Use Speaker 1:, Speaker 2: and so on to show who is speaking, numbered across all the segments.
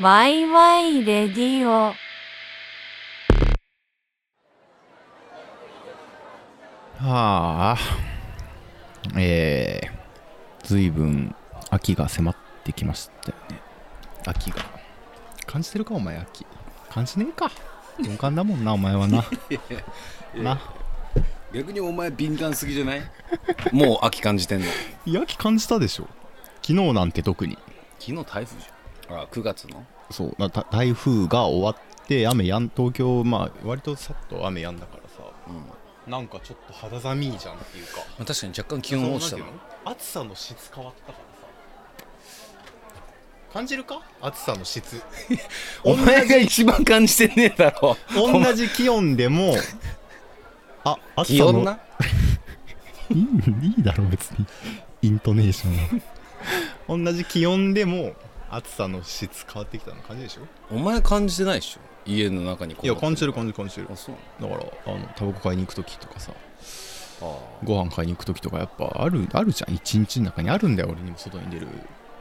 Speaker 1: ワイワイレディオ。
Speaker 2: はあ、えー、ずいぶん秋が迫ってきましたよね。秋が。感じてるか、お前、秋。感じねえか。鈍感だもんな、お前は な。な。
Speaker 3: 逆にお前敏感すぎじゃない もう秋感じてんの
Speaker 2: いや、秋感じたでしょ。昨日なんて特に。
Speaker 3: 昨日台風じゃんあ9月の
Speaker 2: そう、なた台風が終わって、雨やん、東京、まあ、割とさっと雨やんだからさ、
Speaker 3: うん
Speaker 2: なんかちょっと肌寒いじゃんっていうか。
Speaker 3: まあ確かに若干気温落ちた
Speaker 2: そのなんてい
Speaker 3: の
Speaker 2: うの暑さの質変わったからさ感じるか暑さの 質
Speaker 3: お前が一番感じてねえだろ
Speaker 2: 同じ気温で もあ暑
Speaker 3: 気
Speaker 2: さ
Speaker 3: 温
Speaker 2: の
Speaker 3: ない
Speaker 2: いいいだろ別にイントネーションは同じ気温でも暑さの質変わってきたの感じでしょ
Speaker 3: お前感じてないでしょ家の中に
Speaker 2: いや感じてる感じる感じてる
Speaker 3: あそうな
Speaker 2: だからあのタバコ買いに行く時とかさ
Speaker 3: のあ
Speaker 2: ご飯買いに行く時とかやっぱあるあるじゃん一日の中にあるんだよ俺にも外に出る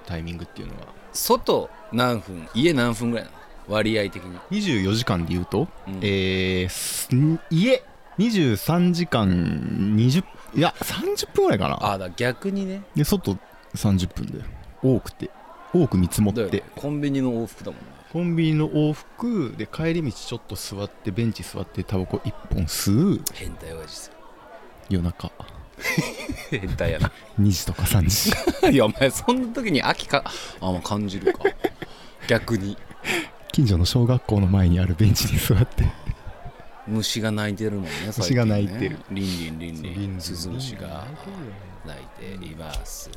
Speaker 2: タイミングっていうのが
Speaker 3: あ外何分家何分ぐらいなの割合的に
Speaker 2: 24時間で言うと、
Speaker 3: うん
Speaker 2: えーすん家23時間20いや30分ぐらいかな
Speaker 3: ああだから逆にね
Speaker 2: で外30分だよ多くて多く見積もっ
Speaker 3: だよね
Speaker 2: て
Speaker 3: コンビニの往復だもんね
Speaker 2: コンビニの往復で帰り道ちょっと座ってベンチ座ってタバコ1本吸う
Speaker 3: 変態親父さ
Speaker 2: 夜中
Speaker 3: ん 変態やな
Speaker 2: 2時とか3時
Speaker 3: いやお前そんな時に秋かあまあ感じる か逆に
Speaker 2: 近所の小学校の前にあるベンチに座って
Speaker 3: 虫が鳴いてるもんね最近
Speaker 2: 虫が鳴いてる
Speaker 3: ねリンリンリンリンスズムシが鳴いています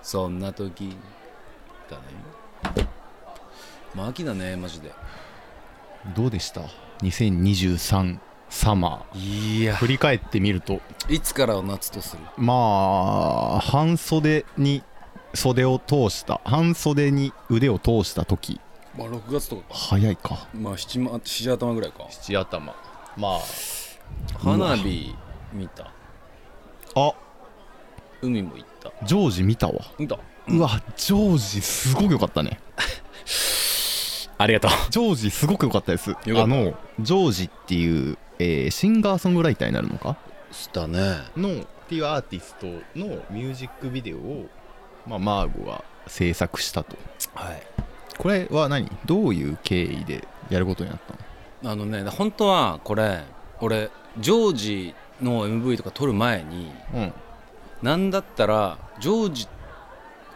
Speaker 3: そんな時だねまあ秋だねマジで
Speaker 2: どうでした2023サマ
Speaker 3: い
Speaker 2: ー
Speaker 3: や
Speaker 2: 振り返ってみると
Speaker 3: いつからを夏とする
Speaker 2: まあ半袖に袖を通した半袖に腕を通した時
Speaker 3: まあ6月とか
Speaker 2: 早いか
Speaker 3: まあ7ま七頭ぐらいか
Speaker 2: 七頭ま
Speaker 3: 花火見た
Speaker 2: ああ
Speaker 3: 海も行った
Speaker 2: ジョージ見たわ
Speaker 3: 見た
Speaker 2: うわジョージすごく良かったね
Speaker 3: ありがとう
Speaker 2: ジョージすごく良かったですあ
Speaker 3: 良かった
Speaker 2: のジョージっていう、えーシンガーソングライターになるのか
Speaker 3: したね
Speaker 2: のっていうアーティストのミュージックビデオを、まあ、マーゴが制作したと
Speaker 3: はい
Speaker 2: これは何どういう経緯でやることになったの
Speaker 3: あのね本当はこれ俺ジョージの MV とか撮る前に
Speaker 2: うん
Speaker 3: なんだったらジョージ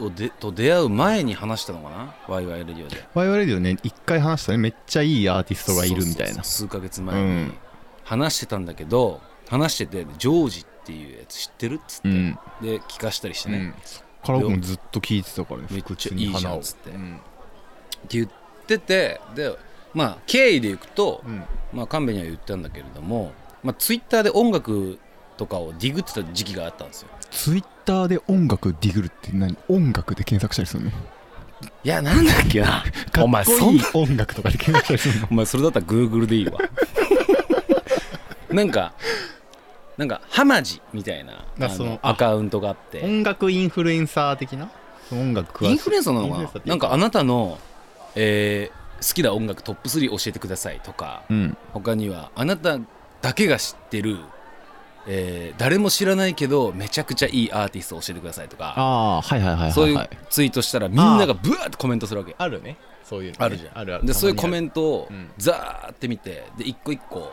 Speaker 3: をでと出会う前に話したのかなワイワイレディオで
Speaker 2: 我々でね一回話したねめっちゃいいアーティストがいるみたい
Speaker 3: そうそうそ
Speaker 2: な
Speaker 3: う数ヶ月前
Speaker 2: う
Speaker 3: に
Speaker 2: ん
Speaker 3: 話してたんだけど、話しててジョージっていうやつ知ってるっつって、
Speaker 2: うん
Speaker 3: で聞かしたりして
Speaker 2: う
Speaker 3: ね、っ
Speaker 2: んそっから僕もずっと聞いてたからね
Speaker 3: めっ
Speaker 2: 普
Speaker 3: ちゃ
Speaker 2: 通
Speaker 3: い
Speaker 2: に
Speaker 3: いじ
Speaker 2: 花
Speaker 3: ゃん
Speaker 2: を
Speaker 3: っつって
Speaker 2: うん
Speaker 3: て言っててでまあ経緯でいくと、
Speaker 2: うん
Speaker 3: まあ神戸には言ったんだけれども、まあ、ツイッターで音楽とかをディグってた時期があったんですよ
Speaker 2: ツイッターで音楽ディグルって何音楽で検索したりするの
Speaker 3: いやなんだっけな
Speaker 2: か
Speaker 3: お前
Speaker 2: っこ
Speaker 3: そ
Speaker 2: い
Speaker 3: ん
Speaker 2: い音楽とかで検索したりするの
Speaker 3: お前それだったらグーグルでいいわなんかなんかハマジみたいな
Speaker 2: だ
Speaker 3: あの
Speaker 2: その
Speaker 3: アカウントがあって
Speaker 2: 音楽インフルエンサー的な音楽詳しい
Speaker 3: インフルエンサーなの
Speaker 2: インフルエンサ
Speaker 3: か
Speaker 2: ーって
Speaker 3: な
Speaker 2: い
Speaker 3: な
Speaker 2: うん
Speaker 3: かあなたの、えー好きな音楽トップ3教えてくださいとか
Speaker 2: うん
Speaker 3: 他にはあなただけが知ってる、えー誰も知らないけどめちゃくちゃいいアーティスト教えてくださいとか
Speaker 2: ああはいはいはいはい
Speaker 3: そうい
Speaker 2: は
Speaker 3: うツイートしたらみんながブワーってコメントするわけ
Speaker 2: あるねそういうのね
Speaker 3: あるじゃん
Speaker 2: あるある
Speaker 3: でそういうコメ
Speaker 2: ン
Speaker 3: ントを
Speaker 2: うん
Speaker 3: ザーって見てで一個一個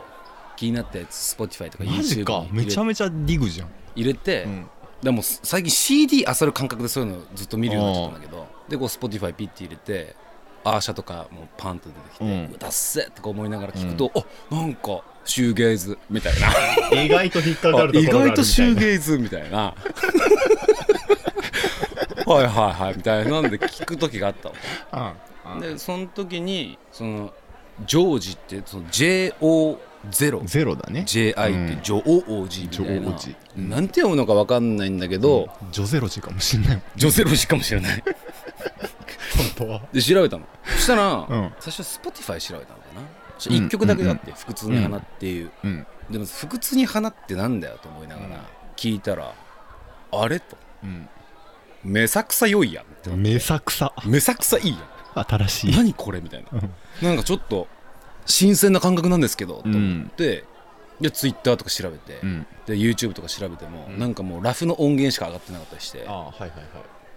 Speaker 3: 気になったやつ Spotify とか
Speaker 2: トマジ
Speaker 3: YouTube
Speaker 2: か
Speaker 3: に
Speaker 2: め
Speaker 3: 入れ
Speaker 2: ちゃめちゃディグじゃん
Speaker 3: 入れて、
Speaker 2: うん
Speaker 3: でも最近 CD 漁る感覚でそういうのずっと見るようになっちゃったんだけどでこう Spotify ピッて入れてアーシャとかもうパンと出てきて
Speaker 2: うん
Speaker 3: 「うだっせ!」とか思いながら聞くと「あなんかシューゲイズ」みたい な
Speaker 2: 意外と引っかかる
Speaker 3: 意
Speaker 2: ところがあるみたいな
Speaker 3: 外とシューゲイズみたいな はいはいはいみたいなんで聞く時があったの
Speaker 2: うん
Speaker 3: でその時にそのジョージってその JO0
Speaker 2: ゼロだね
Speaker 3: JI ってジョージみたいな、
Speaker 2: 女王子うん
Speaker 3: なんて読むのかわかんないんだけど、
Speaker 2: ジョゼロジかもしんないもん
Speaker 3: ジョゼロジかもしれ ない
Speaker 2: 本当は
Speaker 3: で調べたのそしたら、
Speaker 2: うん
Speaker 3: 最初 Spotify 調べたのかな
Speaker 2: うん
Speaker 3: 1曲だけだって「不屈に花」っていう、
Speaker 2: うん
Speaker 3: でも「不屈に花」ってなんだよと思いなが
Speaker 2: うん
Speaker 3: ら聞いたら、あれと
Speaker 2: うん
Speaker 3: 「めさくさ良いやん」ってなって
Speaker 2: めさくさ
Speaker 3: めさくさいいやん
Speaker 2: 新しい
Speaker 3: 何これみたいななんかちょっと新鮮な感覚なんですけどと
Speaker 2: う
Speaker 3: 思っ
Speaker 2: ん
Speaker 3: て、で Twitter とか調べて、
Speaker 2: うん
Speaker 3: で YouTube とか調べても、
Speaker 2: うん
Speaker 3: なんかもうラフの音源しか上がってなかったりして
Speaker 2: あはいはいはい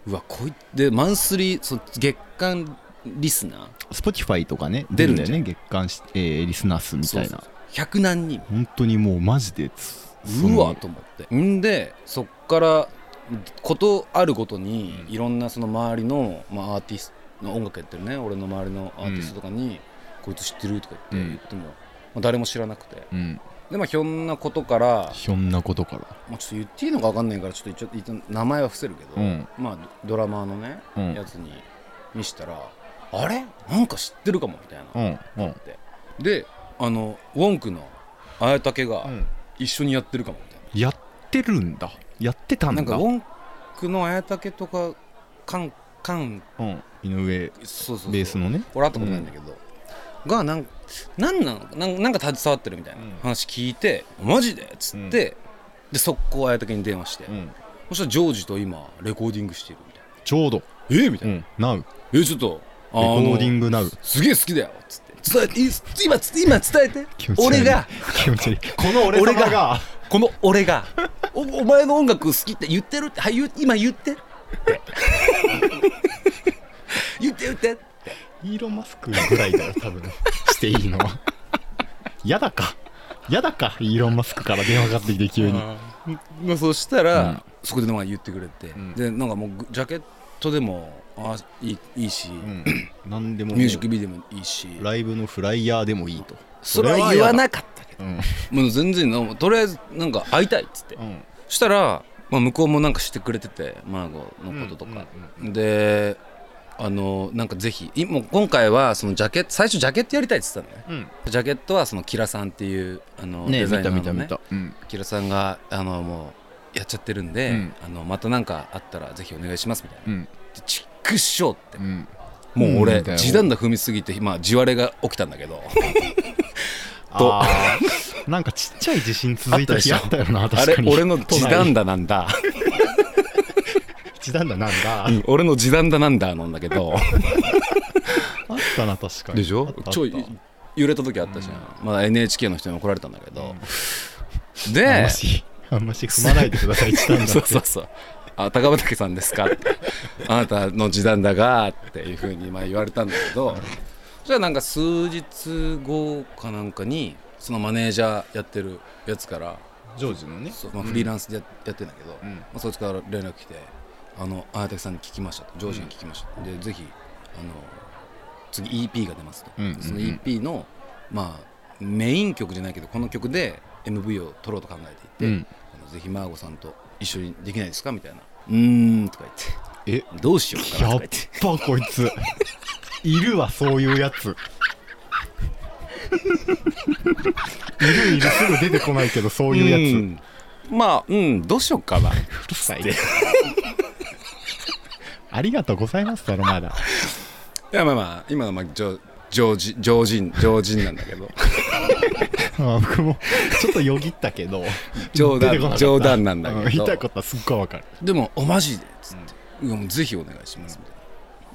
Speaker 2: う
Speaker 3: わこいでマンスリーそ月間リスナ
Speaker 2: Spotify とかね
Speaker 3: 出るん
Speaker 2: だ
Speaker 3: じゃん
Speaker 2: よね月間し、えーリスナー数
Speaker 3: ー
Speaker 2: みたいな
Speaker 3: そうそうそう100何人
Speaker 2: 本当にもうマジでつそうの
Speaker 3: わと思ってんでそっからことあるごとに、いろんなその周りの、まあ、アーティストの音楽やってるね俺の周りのアーティストとかに「こいつ知ってる?」とか言っ
Speaker 2: うん
Speaker 3: て,、言っても、まあ、誰も知らなくて
Speaker 2: うん
Speaker 3: でまあひょんなことから、
Speaker 2: ひょんなことから
Speaker 3: まあ、ちょっと言っていいのか分かんないからちょっと一応一応名前は伏せるけど、
Speaker 2: うん
Speaker 3: まあドラマーのね、
Speaker 2: うん
Speaker 3: やつに見したら「あれなんか知ってるかも」みたいな、
Speaker 2: うんうん
Speaker 3: であのウォンクの綾武が
Speaker 2: うん
Speaker 3: 一緒にやってるかもみたいな。
Speaker 2: やってるんだやってたん
Speaker 3: な
Speaker 2: だ
Speaker 3: んかウォンクの綾武とかカンカン
Speaker 2: うん、井上
Speaker 3: そうそうそう
Speaker 2: ベースのね
Speaker 3: 俺会ったことないんだけど、がなんなんなんなんなんか携わってるみたいな
Speaker 2: うん
Speaker 3: 話聞いて、マジでっつって、
Speaker 2: うん
Speaker 3: で速攻綾武に電話して、
Speaker 2: うん
Speaker 3: そしたらジョージと今レコーディングしてるみたい
Speaker 2: ちょうど
Speaker 3: なえみた
Speaker 2: う
Speaker 3: いな、
Speaker 2: ん Now レ
Speaker 3: えちょっとあ
Speaker 2: コーディン
Speaker 3: グ
Speaker 2: グ Now
Speaker 3: すげえ好きだよっつって伝えていいっす今今伝えて
Speaker 2: 気持ち悪い
Speaker 3: 俺が
Speaker 2: 気持ち悪いこの俺様
Speaker 3: 俺が
Speaker 2: が
Speaker 3: この俺がおお前の音楽好きって言ってるってはい言う今言ってって 言って言ってって
Speaker 2: イーロン・マスクぐらいだよ多分していいのは やだかやだかイーロン・マスクから電話かかってきて急に
Speaker 3: まあ、そしたら、
Speaker 2: うん
Speaker 3: そこでなんか言ってくれて、
Speaker 2: ん
Speaker 3: でなんかもうぐジャケットでもあーいいいいし、
Speaker 2: うん何でも
Speaker 3: ミュージックビデオもいいし
Speaker 2: ライブのフライヤーでもいいと
Speaker 3: それは言わ
Speaker 2: い
Speaker 3: なかったけ
Speaker 2: うん
Speaker 3: どもう全然なんかとりあえずなんか会いたいっつって、
Speaker 2: うん
Speaker 3: そしたら、まあ、向こうもなんかしてくれててマーゴのこととか、
Speaker 2: うんうん
Speaker 3: であのなんかぜひいもう今回はそのジャケット最初ジャケットやりたいっつってたのね
Speaker 2: うん
Speaker 3: ジャケットはそのキラさんっていうあの、
Speaker 2: ね
Speaker 3: デザイ
Speaker 2: 見た
Speaker 3: ナーの、ね、
Speaker 2: 見た見たうん
Speaker 3: キラさんがあのもうやっちゃってるんで、
Speaker 2: うん
Speaker 3: あのまた何かあったらぜひお願いしますみたいな、
Speaker 2: うん
Speaker 3: でチックショーって、
Speaker 2: うん
Speaker 3: もう俺
Speaker 2: うんだよ
Speaker 3: 地団だ踏みすぎてまあ地割れが起きたんだけどと
Speaker 2: あーなんかちっちゃい地震続いた日
Speaker 3: あ
Speaker 2: あ
Speaker 3: っ
Speaker 2: ったよな
Speaker 3: あ
Speaker 2: 確
Speaker 3: れ
Speaker 2: かに
Speaker 3: 俺の地団
Speaker 2: だ
Speaker 3: だな んだ、
Speaker 2: 地団だなんだ
Speaker 3: うん俺の地団だなんだなんだ けど
Speaker 2: あったな確かに
Speaker 3: でし
Speaker 2: あ
Speaker 3: ょ
Speaker 2: ったあった
Speaker 3: ちょい揺れた時あったじゃん、まあ NHK の人に怒られたんだけど、
Speaker 2: あん
Speaker 3: で
Speaker 2: ましあんまし踏まないでください地団だって
Speaker 3: そうそうそう。あ、高畑さんですかってあなたの時短だがっていうふうにまあ言われたんだけど、じゃあなんか数日後かなんかに、そのマネージャーやってるやつから、
Speaker 2: ジョージのね
Speaker 3: そうまあ、フリーランスでや,、やってんだけど、
Speaker 2: う
Speaker 3: ま
Speaker 2: ん
Speaker 3: あ、そっちから連絡来て、あの、あなたさんに聞きましたと、上司に聞きましたと、で、ぜひ、あの、次 EP が出ますと、
Speaker 2: うんうんうん
Speaker 3: その EP の、まあ、メイン曲じゃないけど、この曲で MV を撮ろうと考えていて、
Speaker 2: うん
Speaker 3: あのぜひマーゴさんと一緒にできないですかみたいな「うーん」とか言って「えどうしようかな」
Speaker 2: や
Speaker 3: と
Speaker 2: っ
Speaker 3: か言って
Speaker 2: ぱこいついるわそういうやついるいるすぐ出てこないけどそういうや
Speaker 3: うんまあうんどうしようか な
Speaker 2: つうるさいありがとうございますだろまだ
Speaker 3: いやまあまあ今のまあ上上人上人上人なんだけど
Speaker 2: まあ僕もちょっとよぎったけど
Speaker 3: 冗談
Speaker 2: 出てこかった
Speaker 3: 冗談なんだけど
Speaker 2: う言いたいことはすっごいわかる
Speaker 3: でも「おマジで」っつって「うん、もうぜひお願いします」みたいな。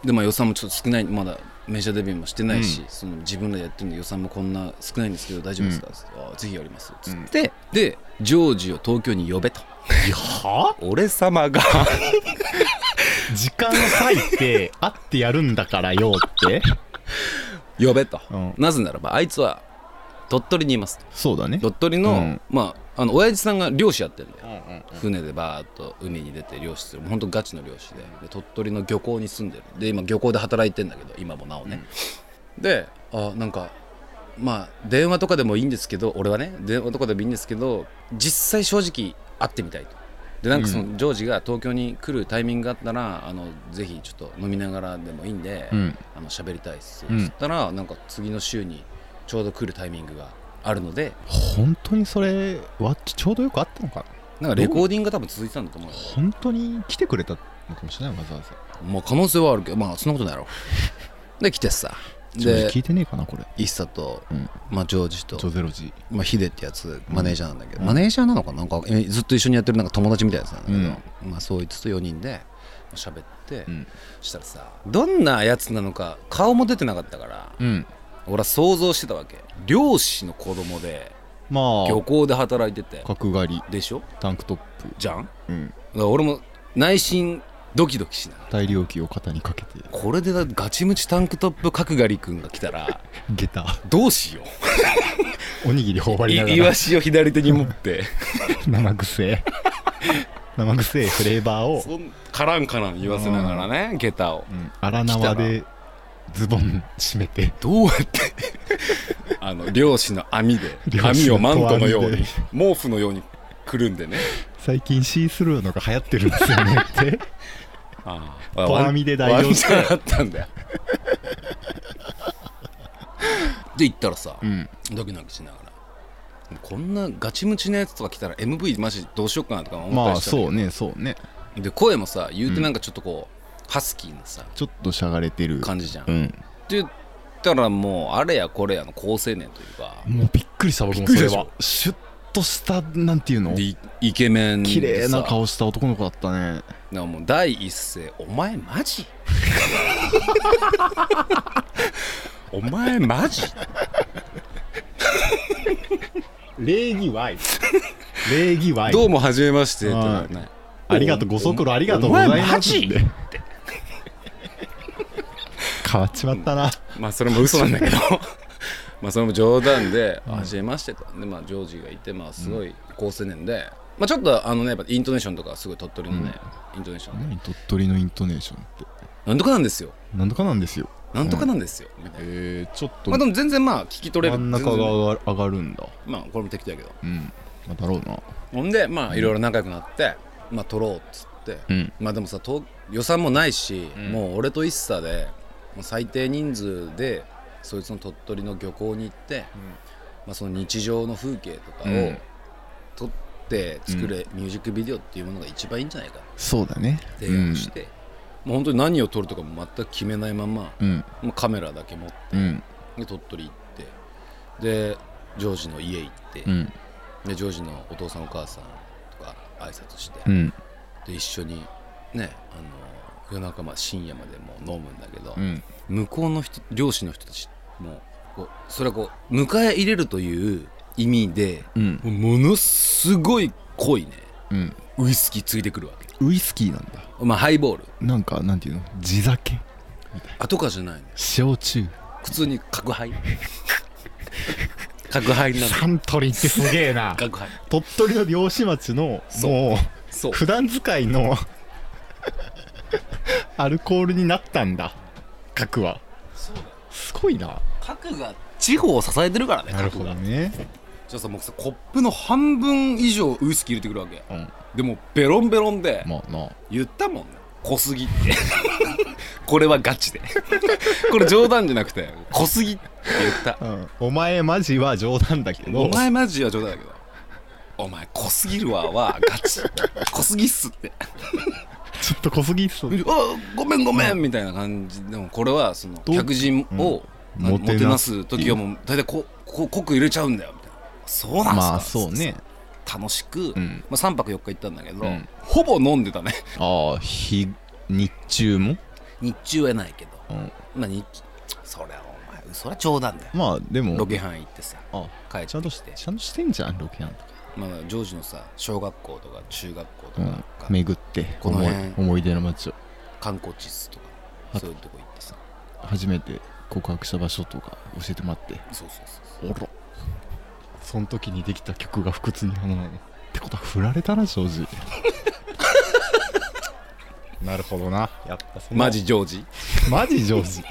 Speaker 3: でまあ、予算もちょっと少ないまだメジャーデビューもしてないし、その自分らでやってるんで予算もこんな少ないんですけど大丈夫ですか、つってああぜひやります」つって、でジョージを東京に呼べと
Speaker 2: いやは
Speaker 3: 俺様が
Speaker 2: 時間を割いて会ってやるんだからよって
Speaker 3: 呼べと、
Speaker 2: うん
Speaker 3: なぜならばあいつは鳥取にいますと
Speaker 2: そうだね
Speaker 3: 鳥取の、
Speaker 2: うん
Speaker 3: まああの親父さんが漁師やってんだよ、
Speaker 2: うん
Speaker 3: 船でバーっと海に出て漁師するもうほんとガチの漁師でで鳥取の漁港に住んでるで今漁港で働いてんだけど今もなおね、であなんかまあ電話とかでもいいんですけど俺はね電話とかでもいいんですけど実際正直会ってみたいとでなんかそのジョージが東京に来るタイミングがあったらあのぜひちょっと飲みながらでもいいんで、
Speaker 2: うん
Speaker 3: あの喋りたいっす、
Speaker 2: うん
Speaker 3: そしたらなんか次の週にちょうど来るタイミングがあるので
Speaker 2: 本当にそれはちょうどよくあったのかな
Speaker 3: なんかレコーディングが多分続いてたんだと思うよ
Speaker 2: 本当に来てくれたのかもしれないわざわざ
Speaker 3: まあ可能性はあるけどまあそんなことないやろで来てさ
Speaker 2: ジョー
Speaker 3: で
Speaker 2: ジ聞いてねえかなこれ
Speaker 3: イッサと、
Speaker 2: うん
Speaker 3: まあ、ジョージと
Speaker 2: ジョゼロジ
Speaker 3: まあ、ヒデってやつマネージャーなんだけど、
Speaker 2: うん
Speaker 3: マネージャーなのかななんかえずっと一緒にやってるなんか友達みたいなやつなんだけど、
Speaker 2: う
Speaker 3: まあ、そいつと4人で喋って、
Speaker 2: うん
Speaker 3: したらさどんなやつなのか顔も出てなかったから
Speaker 2: うん
Speaker 3: 俺は想像してたわけ漁師の子供で
Speaker 2: ま
Speaker 3: 漁
Speaker 2: あ
Speaker 3: 港で働いてて
Speaker 2: 角刈り
Speaker 3: でしょ
Speaker 2: タンクトッ
Speaker 3: じゃんだか
Speaker 2: プ、うん、
Speaker 3: ら俺も内心ドキドキしながら
Speaker 2: 大量器を肩にかけて
Speaker 3: これでガチムチタンクトップ角刈り君が来たら
Speaker 2: 下駄
Speaker 3: どうしよ
Speaker 2: おにぎり頬張
Speaker 3: う
Speaker 2: り
Speaker 3: い
Speaker 2: ながら
Speaker 3: イワシを左手に持って
Speaker 2: 生臭 生臭いフレーバーを、
Speaker 3: そんカランカラン言わせながらね下駄を
Speaker 2: うん、荒縄でズボン締めて
Speaker 3: どうやって あの漁師の網で
Speaker 2: 漁師
Speaker 3: 網
Speaker 2: の
Speaker 3: をマントのように
Speaker 2: 投
Speaker 3: 毛布のようにくるんでね
Speaker 2: 最近シースルーのが流行ってるんですよねって
Speaker 3: あ
Speaker 2: 投網で代用して
Speaker 3: ワンチャンあったんだよ で行ったらさ、
Speaker 2: ん
Speaker 3: ドキドキしながらこんなガチムチなやつとか来たら MV マジどうしようかなとか思っ
Speaker 2: ま
Speaker 3: た
Speaker 2: あ
Speaker 3: りしたんだけど
Speaker 2: そうねそうね
Speaker 3: で声もさ言うてなんかちょっとこう、ハスキーなさ
Speaker 2: ちょっとしゃがれてる
Speaker 3: 感じじゃん、
Speaker 2: う
Speaker 3: っ
Speaker 2: ん
Speaker 3: て言ったらもうあれやこれやの好青年というか
Speaker 2: もうびっくりした僕も
Speaker 3: び
Speaker 2: そ
Speaker 3: っ
Speaker 2: れ
Speaker 3: くりでしょ
Speaker 2: はシュッとしたなんていうの
Speaker 3: でイイケメンでさ
Speaker 2: 綺麗な顔した男の子だったね
Speaker 3: だからもう第一声「お前マジ? 」お前マジ
Speaker 2: 礼儀わい 礼儀わ
Speaker 3: どうも初めましてって
Speaker 2: はい
Speaker 3: なるね
Speaker 2: ありがとうご足労ありがとう
Speaker 3: お
Speaker 2: ござ
Speaker 3: 前
Speaker 2: いま
Speaker 3: マ
Speaker 2: す
Speaker 3: ジ
Speaker 2: って 変わっちまったな、
Speaker 3: まあそれも嘘なんだ けどまあそれも冗談で「初めまして」とでまあジョージがいてまあすごい好青年でまあちょっとあのねやっぱイントネーションとかすごい鳥取のねイントネーションで
Speaker 2: 何鳥取のイントネーションって
Speaker 3: 「なんとかなんですよ
Speaker 2: なんとかなんですよ
Speaker 3: なんとかなんですよ」みたいな
Speaker 2: えー、ちょっと
Speaker 3: まあでも全然まあ聞き取れ
Speaker 2: 真
Speaker 3: る
Speaker 2: ん中が
Speaker 3: 全然ね
Speaker 2: 上が上がるんだ
Speaker 3: まあこれも適当やけど
Speaker 2: うんまあだろうな
Speaker 3: ほんでまあいろいろ仲良くなってまあ取ろうっつって
Speaker 2: うん
Speaker 3: まあでもさと予算もないし、
Speaker 2: うん
Speaker 3: もう俺と一茶でもう最低人数でそいつの鳥取の漁港に行って、まあ、その日常の風景とか
Speaker 2: う
Speaker 3: を
Speaker 2: ん
Speaker 3: 撮って作るミュージックビデオっていうものが一番いいんじゃないか
Speaker 2: そうだね
Speaker 3: 提案して、もう本当に何を撮るとかも全く決めないまま、
Speaker 2: うん
Speaker 3: もうカメラだけ持って
Speaker 2: うん
Speaker 3: で鳥取行ってでジョージの家行って、
Speaker 2: うん
Speaker 3: でジョージのお父さんお母さんとか挨拶して、
Speaker 2: うん
Speaker 3: で一緒にねあの夜中まあ深夜までもう飲むんだけど、
Speaker 2: うん
Speaker 3: 向こうの人漁師の人たちもこうそれはこう迎え入れるという意味で
Speaker 2: うん
Speaker 3: ものすごい濃いね
Speaker 2: うん
Speaker 3: ウイスキーついてくるわけ
Speaker 2: ウイスキーなんだ
Speaker 3: まあハイボール
Speaker 2: なんかなんていうの地酒
Speaker 3: あとかじゃないの
Speaker 2: 焼酎
Speaker 3: 普通に角杯 角杯なんだ
Speaker 2: サントリーってすげえな
Speaker 3: 角杯
Speaker 2: 鳥取の漁師町の
Speaker 3: そう
Speaker 2: も
Speaker 3: そう
Speaker 2: う普段使い のアルコールになったんだ角は
Speaker 3: そうだよ
Speaker 2: すごいな
Speaker 3: 角が地方を支えてるからね角が
Speaker 2: ね
Speaker 3: じゃあさもうさコップの半分以上ウイスキー入れてくるわけ
Speaker 2: うん
Speaker 3: でもベロンベロンで
Speaker 2: まあな
Speaker 3: 言ったもんね濃すぎって これはガチでこれ冗談じゃなくて濃すぎって言った
Speaker 2: うん、お前マジは冗談だけど
Speaker 3: お前マジは冗談だけどお前濃すぎるわはガチ濃すぎっすってあ
Speaker 2: ちょっと濃すぎっす
Speaker 3: ごめんごめんみたいな感じでもこれはその
Speaker 2: どう
Speaker 3: 客人を
Speaker 2: うん
Speaker 3: なも
Speaker 2: も
Speaker 3: て
Speaker 2: てなす
Speaker 3: なす時はもう大体ここ濃く入れちゃうんだよみたいなそうなんすか
Speaker 2: まあそうね
Speaker 3: 楽しく、
Speaker 2: ん
Speaker 3: まあ、3泊4日行ったんだけど、
Speaker 2: うん
Speaker 3: ほぼ飲んでたね
Speaker 2: ああ日日中も、
Speaker 3: 日中はないけど
Speaker 2: うん、
Speaker 3: まあ日それはお前それは冗談だよ
Speaker 2: まあでも
Speaker 3: ロケハン行ってさ
Speaker 2: あ
Speaker 3: 帰って
Speaker 2: ちゃんと
Speaker 3: き、
Speaker 2: してちゃんとしてんじゃんロケハンとか、
Speaker 3: まあ、ジョージのさ小学校とか中学校と
Speaker 2: う
Speaker 3: かなんんか、
Speaker 2: 巡って
Speaker 3: この
Speaker 2: 思い
Speaker 3: 辺
Speaker 2: 思い出の街を
Speaker 3: 観光地図とかそういうとこ行ってさ
Speaker 2: 初めて告白した場所とか教えてもらって
Speaker 3: そうそうそう
Speaker 2: おろその時にできた曲が不屈に花なのってことは振られたな正 直なるほどなやっぱその
Speaker 3: マジジョージ
Speaker 2: マジ 上手やっ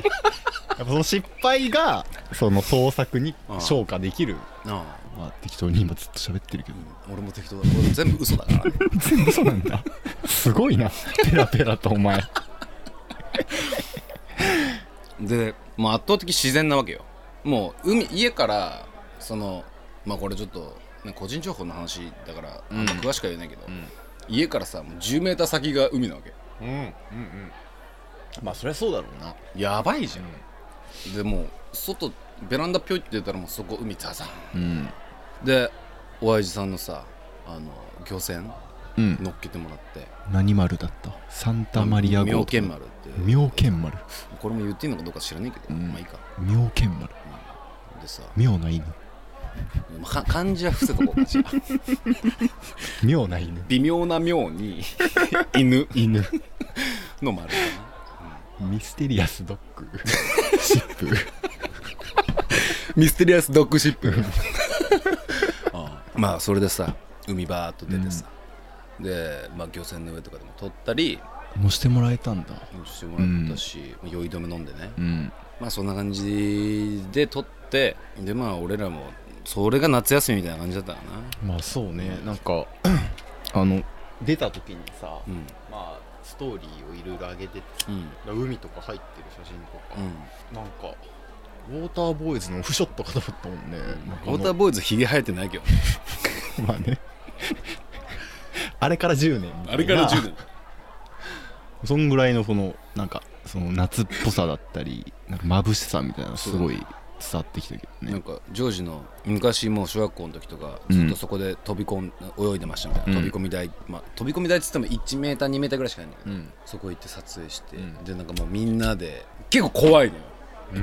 Speaker 2: ぱその失敗がその創作に昇華できる
Speaker 3: あ
Speaker 2: まあ適当に今ずっと喋ってるけど
Speaker 3: あ、うん、俺も適当だ俺全部嘘だから、 ね、
Speaker 2: 全部そうなんだすごいなペラペラとお前
Speaker 3: でもう圧倒的自然なわけよもう海家からそのまあこれちょっと、ね、個人情報の話だからあんま詳しくは言えないけ
Speaker 2: ん
Speaker 3: ど、家からさもう 10m 先が海なわけ
Speaker 2: うんうんうんまあそりゃそうだろうな
Speaker 3: やばいじゃん、でもう外ベランダぴょいって出たらもうそこ海ザザ
Speaker 2: うん
Speaker 3: ンでおやじさんのさあの漁船
Speaker 2: うん
Speaker 3: 乗っけてもらって
Speaker 2: 何丸だったサンタマリア号
Speaker 3: 妙見丸っていう
Speaker 2: 妙見丸
Speaker 3: これも言っていいのかどうか知らないけど、
Speaker 2: うん
Speaker 3: まあいいか、
Speaker 2: 妙見丸
Speaker 3: うんでさ、
Speaker 2: 妙な犬
Speaker 3: まあ、か漢字は伏せとこうかしら
Speaker 2: 妙な犬
Speaker 3: 微妙な妙に 犬
Speaker 2: 犬
Speaker 3: の丸だな
Speaker 2: ミステリアスドッグシップ
Speaker 3: ミステリアスドッグシップまあそれでさ海バーっと出てさ、で、まあ、漁船の上とかでも撮ったり
Speaker 2: 乗してもらえたんだ
Speaker 3: してもらったし、酔い止め飲んでね、
Speaker 2: うん
Speaker 3: まあそんな感じで撮ってでまあ俺らもそれが夏休みみたいな感じだったかな
Speaker 2: まあそうねなん かあの出た時にさ、
Speaker 3: うん
Speaker 2: まあストーリーをいろいろ上げてて
Speaker 3: うん
Speaker 2: 海とか入ってる写真とか、
Speaker 3: う
Speaker 2: なんかウォーターボーイズのオフショットかと思ったもんね、なんかあの
Speaker 3: ん、ウォーターボーイズひげ生えてないけどね
Speaker 2: まあねあれから10年みたいな
Speaker 3: 年
Speaker 2: そんぐらいのこのなんかその夏っぽさだったりなんか眩しさみたいなのすごい伝わってきたけど
Speaker 3: な
Speaker 2: ね
Speaker 3: んかジョージの昔もう小学校の時とか
Speaker 2: うん
Speaker 3: ずっとそこで飛び込ん、泳いでましたみたい
Speaker 2: う
Speaker 3: な、
Speaker 2: ん
Speaker 3: 飛び込み台、まあ、飛び込み台っつっても1メーター2メーターぐらいしかないんだけど、
Speaker 2: ん
Speaker 3: そこ行って撮影して、
Speaker 2: うん
Speaker 3: でなんかもうみんなで結構怖いのよ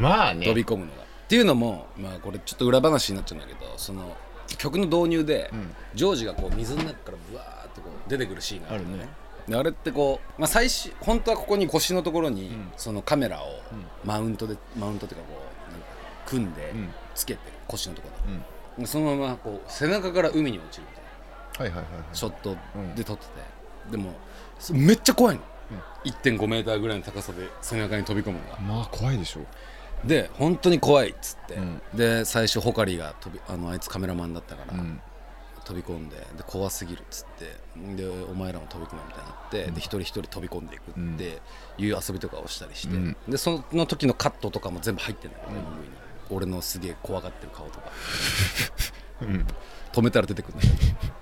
Speaker 2: まあ
Speaker 3: 飛び込むのが。っていうのも、まあ、これちょっと裏話になっちゃうんだけどその曲の導入で、
Speaker 2: ん
Speaker 3: ジョージがこう水の中からブワーッとこう出てくるシーンがあ
Speaker 2: あ
Speaker 3: る
Speaker 2: る
Speaker 3: のね。
Speaker 2: ね
Speaker 3: であれってこう、まあ、最初本当はここに腰のところに、
Speaker 2: ん
Speaker 3: そのカメラを
Speaker 2: うん
Speaker 3: マウントで、マウントっていうかこうなんか組んで、
Speaker 2: うん
Speaker 3: つけて腰のところ
Speaker 2: うん
Speaker 3: にそのままこう背中から海に落ちるみたいな
Speaker 2: はいはいはいはい
Speaker 3: ショット
Speaker 2: うん
Speaker 3: で撮ってて、でもそめっちゃ怖いの、
Speaker 2: うん
Speaker 3: 1.5メーターぐらいの高さで背中に飛び込むのが
Speaker 2: まあ怖いでしょ
Speaker 3: で本当に怖いっつって、
Speaker 2: うん
Speaker 3: で最初ホカリが飛びあのあいつカメラマンだったから、
Speaker 2: うん
Speaker 3: 飛び込んでで怖すぎるっつってでお前らも飛び込めみたいになって、
Speaker 2: うん
Speaker 3: で一人一人飛び込んでいくっていう遊びとかをしたりして、
Speaker 2: うん
Speaker 3: でその時のカットとかも全部入ってんだけど、MV に俺のすげえ怖がってる顔とか
Speaker 2: うん
Speaker 3: 止めたら出て くるんだけ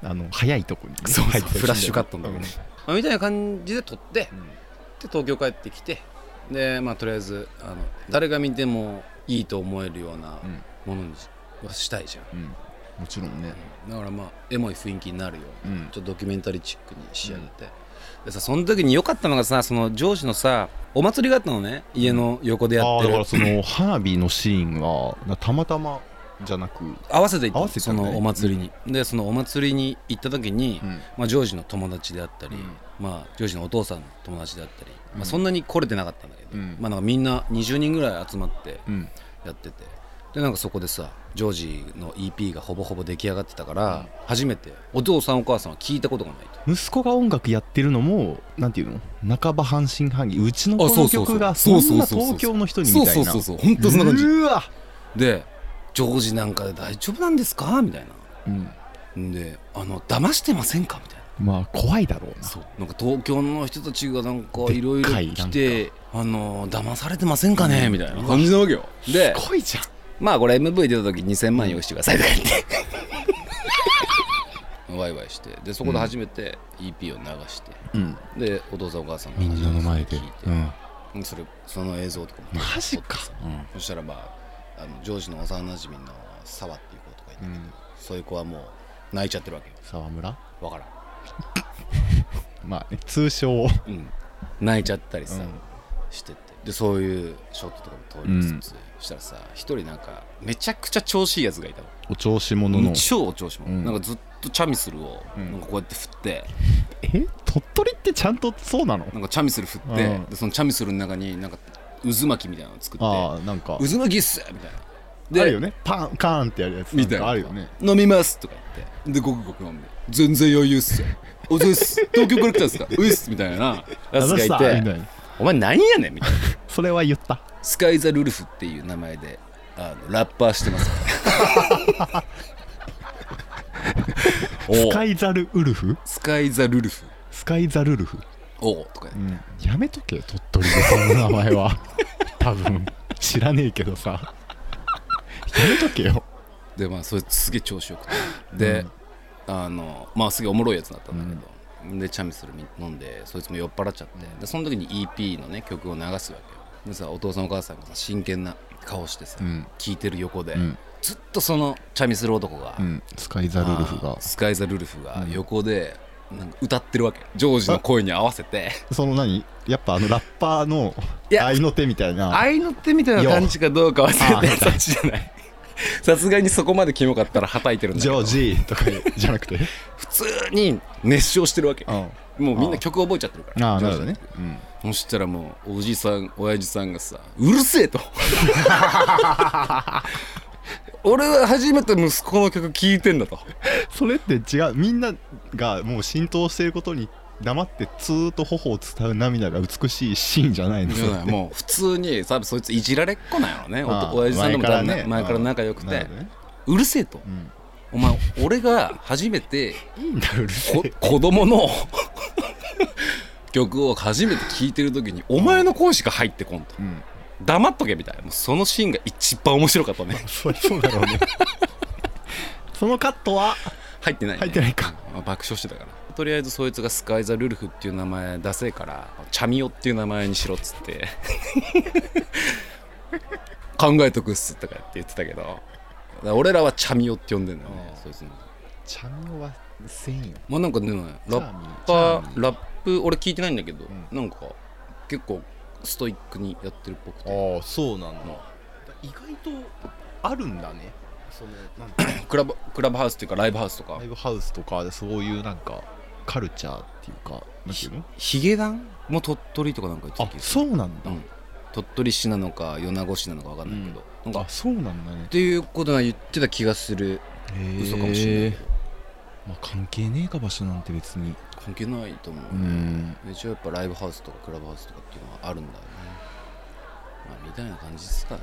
Speaker 3: ど
Speaker 2: あの早いとこにね
Speaker 3: そう
Speaker 2: 入ってる
Speaker 3: フラッシュカットのとこね、まあ、みたいな感じで撮ってで
Speaker 2: うんうん
Speaker 3: 東京帰ってきてでまあとりあえずあの誰が見てもいいと思えるような
Speaker 2: うん
Speaker 3: ものにはしたいじゃん、
Speaker 2: うんもちろんね
Speaker 3: だからまあエモい雰囲気になるような、
Speaker 2: うん
Speaker 3: ちょっとドキュメンタリーチックに仕上げて、でさその時に良かったのがさその上司のさお祭りがあったのね家の横でや
Speaker 2: あ
Speaker 3: っ
Speaker 2: あ
Speaker 3: て
Speaker 2: だか
Speaker 3: る
Speaker 2: らその花火のシーンがなたまたまじゃなく、うん
Speaker 3: 合わせて行っ
Speaker 2: 合
Speaker 3: たの
Speaker 2: わせて
Speaker 3: そ
Speaker 2: たね
Speaker 3: のお祭りに、でそのお祭りに行った時に、まあ、ジョージの友達であったり、
Speaker 2: う
Speaker 3: まあ、ジョージのお父さんの友達であったり、
Speaker 2: う
Speaker 3: まあ、
Speaker 2: ん
Speaker 3: そんなに来れてなかったんだけど、
Speaker 2: うん
Speaker 3: まあ、なんかみんな20人ぐらい集まって
Speaker 2: うん
Speaker 3: やっててでなんかそこでさジョージの EP がほぼほぼ出来上がってたから、初めてお父さんお母さんは聞いたことがないと。
Speaker 2: 息子が音楽やってるのもなんていうの半ば半信半疑うちのこ
Speaker 3: あそう
Speaker 2: の
Speaker 3: そうそう
Speaker 2: 曲がそ
Speaker 3: そうそ
Speaker 2: んな
Speaker 3: うそうそう
Speaker 2: 東京の人にみたいな
Speaker 3: そうそうそうそう本当そんな感じ
Speaker 2: うわ
Speaker 3: でジョージなんかで大丈夫なんですかみたい
Speaker 2: うん
Speaker 3: なんであの騙してませんかみたいな
Speaker 2: まあ怖いだろうな
Speaker 3: そうなんか東京の人たちがなん
Speaker 2: で
Speaker 3: か
Speaker 2: っかい
Speaker 3: いろいろ来てあの騙されてませんかねみたいな感じなわけよです
Speaker 2: ごいじゃん
Speaker 3: まあこれ MV 出た時2000万用意して くださいとか言ってワイワイしてでそこで初めて EP を流して、
Speaker 2: うん
Speaker 3: でお父さんお母さんが
Speaker 2: みんなの前で
Speaker 3: 聞いて、
Speaker 2: うん
Speaker 3: それその映像とかも
Speaker 2: マジか
Speaker 3: うんそしたらまああの上司の幼馴染の沢っていう子とかいて、
Speaker 2: うん
Speaker 3: そういう子はもう泣いちゃってるわけよ
Speaker 2: 沢村
Speaker 3: わからん
Speaker 2: まあね通称
Speaker 3: うん、泣いちゃったりさ、
Speaker 2: うん
Speaker 3: しててでそういうショットとかも通りつつ、したらさ一人なんかめちゃくちゃ調子いいやつがいたの
Speaker 2: お調子者の
Speaker 3: 超お調子も、
Speaker 2: うん
Speaker 3: なんかずっとチャミスルを
Speaker 2: うん
Speaker 3: なんかこうやって振って、
Speaker 2: え鳥取ってちゃんとそうなの
Speaker 3: なんかチャミスル振って、
Speaker 2: うん
Speaker 3: でそのチャミスルの中になんか渦巻きみたいなのを作って
Speaker 2: ああなんか
Speaker 3: 渦巻きっすみたいな
Speaker 2: あるよねパンカーンってやるやつ
Speaker 3: みたいな
Speaker 2: あるよね
Speaker 3: 飲みますとか言ってでごくごく飲んで全然余裕っすよおずっす東京から来たんすかういっすみたいなやつがい
Speaker 2: あざっさみた
Speaker 3: て
Speaker 2: いな
Speaker 3: お前何やねんみたいな
Speaker 2: それは言った
Speaker 3: スカイ・ザ・ルルフっていう名前であのラッパーし てますおう
Speaker 2: スカイザルウルフ
Speaker 3: スカイ・ザ・ルルフ
Speaker 2: スカイザルルフ
Speaker 3: おうとか、
Speaker 2: やめとけ鳥取でその名前 は多分知らねえけどさやめとけよ
Speaker 3: でまあそれすげえ調子よくてで、あのまあすげえおもろいやつだったんだけど、でチャミスル飲んでそいつも酔っ払っちゃってでその時に EP のね曲を流すわけよでさお父さんお母さんがさ真剣な顔してさ、
Speaker 2: うん
Speaker 3: 聞いてる横で、
Speaker 2: うん
Speaker 3: ずっとそのチャミする男が、
Speaker 2: うんスカイ・ザ・ルルフ
Speaker 3: あ
Speaker 2: が
Speaker 3: ースカイ・ザ・ルルフが
Speaker 2: うん
Speaker 3: 横でなんか歌ってるわけジョージの声に合わせて
Speaker 2: その何やっぱあ のラッパーの
Speaker 3: いや
Speaker 2: 愛の手みたいな
Speaker 3: 合いの手みたいな感じかどうか忘
Speaker 2: よあ
Speaker 3: れ
Speaker 2: ー
Speaker 3: てたじゃないさすがにそこまでキモかったらはたいてるんだけ
Speaker 2: ジョ
Speaker 3: ど
Speaker 2: ージとかじゃなく て
Speaker 3: 普通に熱唱してるわけ
Speaker 2: あ
Speaker 3: もうみんな曲覚えちゃってるから
Speaker 2: あ
Speaker 3: ジョ
Speaker 2: な
Speaker 3: ー
Speaker 2: る
Speaker 3: ジ
Speaker 2: ほどね、うん、
Speaker 3: そしたらもうおじさん親父さんがさ「うる せえ」と俺は初めて息子の曲聴いてんだと
Speaker 2: それって違うみんながもう浸透していることに黙ってツーッと頬を伝う涙が美しいシーンじゃないんですよ
Speaker 3: もう普通に多分そいついじられっ子なんやろねおと親父さんとも多分ね前から仲良くて、うるせえと、
Speaker 2: ん
Speaker 3: お前俺が初めて
Speaker 2: いいんだうるせ
Speaker 3: こ
Speaker 2: え
Speaker 3: 子供の曲を初めて聴いてる時にお前の声しか入ってこんと
Speaker 2: うん
Speaker 3: 黙っとけみたいなもうそのシーンが一番面白かったね
Speaker 2: そりゃそうだろう ねそのカットは
Speaker 3: 入ってない、ね、
Speaker 2: 入ってないか
Speaker 3: まあ爆笑してたからとりあえずそいつがスカイ・ザ・ルルフっていう名前出せえからチャミオっていう名前にしろっつって 考えとくっすとかって言ってたけどだから俺らはチャミオって呼んでんだよねそいつの
Speaker 2: チャミオはせんよ
Speaker 3: まあなんかでもねラッパーラップ俺聞いてないんだけど、なんか結構ストイックにやってるっぽくて
Speaker 2: ああそうなんだ意外とあるんだねそ のなんか
Speaker 3: クラブクラブハウスっていうかライブハウスとか
Speaker 2: ライブハウスとかでそういうなんかカルチャーっていうかなんていうの
Speaker 3: ヒゲダンも鳥取とかなんか言ってた
Speaker 2: あ
Speaker 3: 気がする
Speaker 2: そうなんだ、
Speaker 3: うん鳥取市なのか米子市なのか分かんないけど、なん
Speaker 2: あ
Speaker 3: か
Speaker 2: そうなんだね
Speaker 3: っていうことは言ってた気がする嘘かもしれないけど
Speaker 2: まあ、関係ねえか場所なんて別に
Speaker 3: 関係ないと思う、
Speaker 2: うん
Speaker 3: 一応やっぱライブハウスとかクラブハウスとかっていうのはあるんだよね、まあ、みたいな感じですかね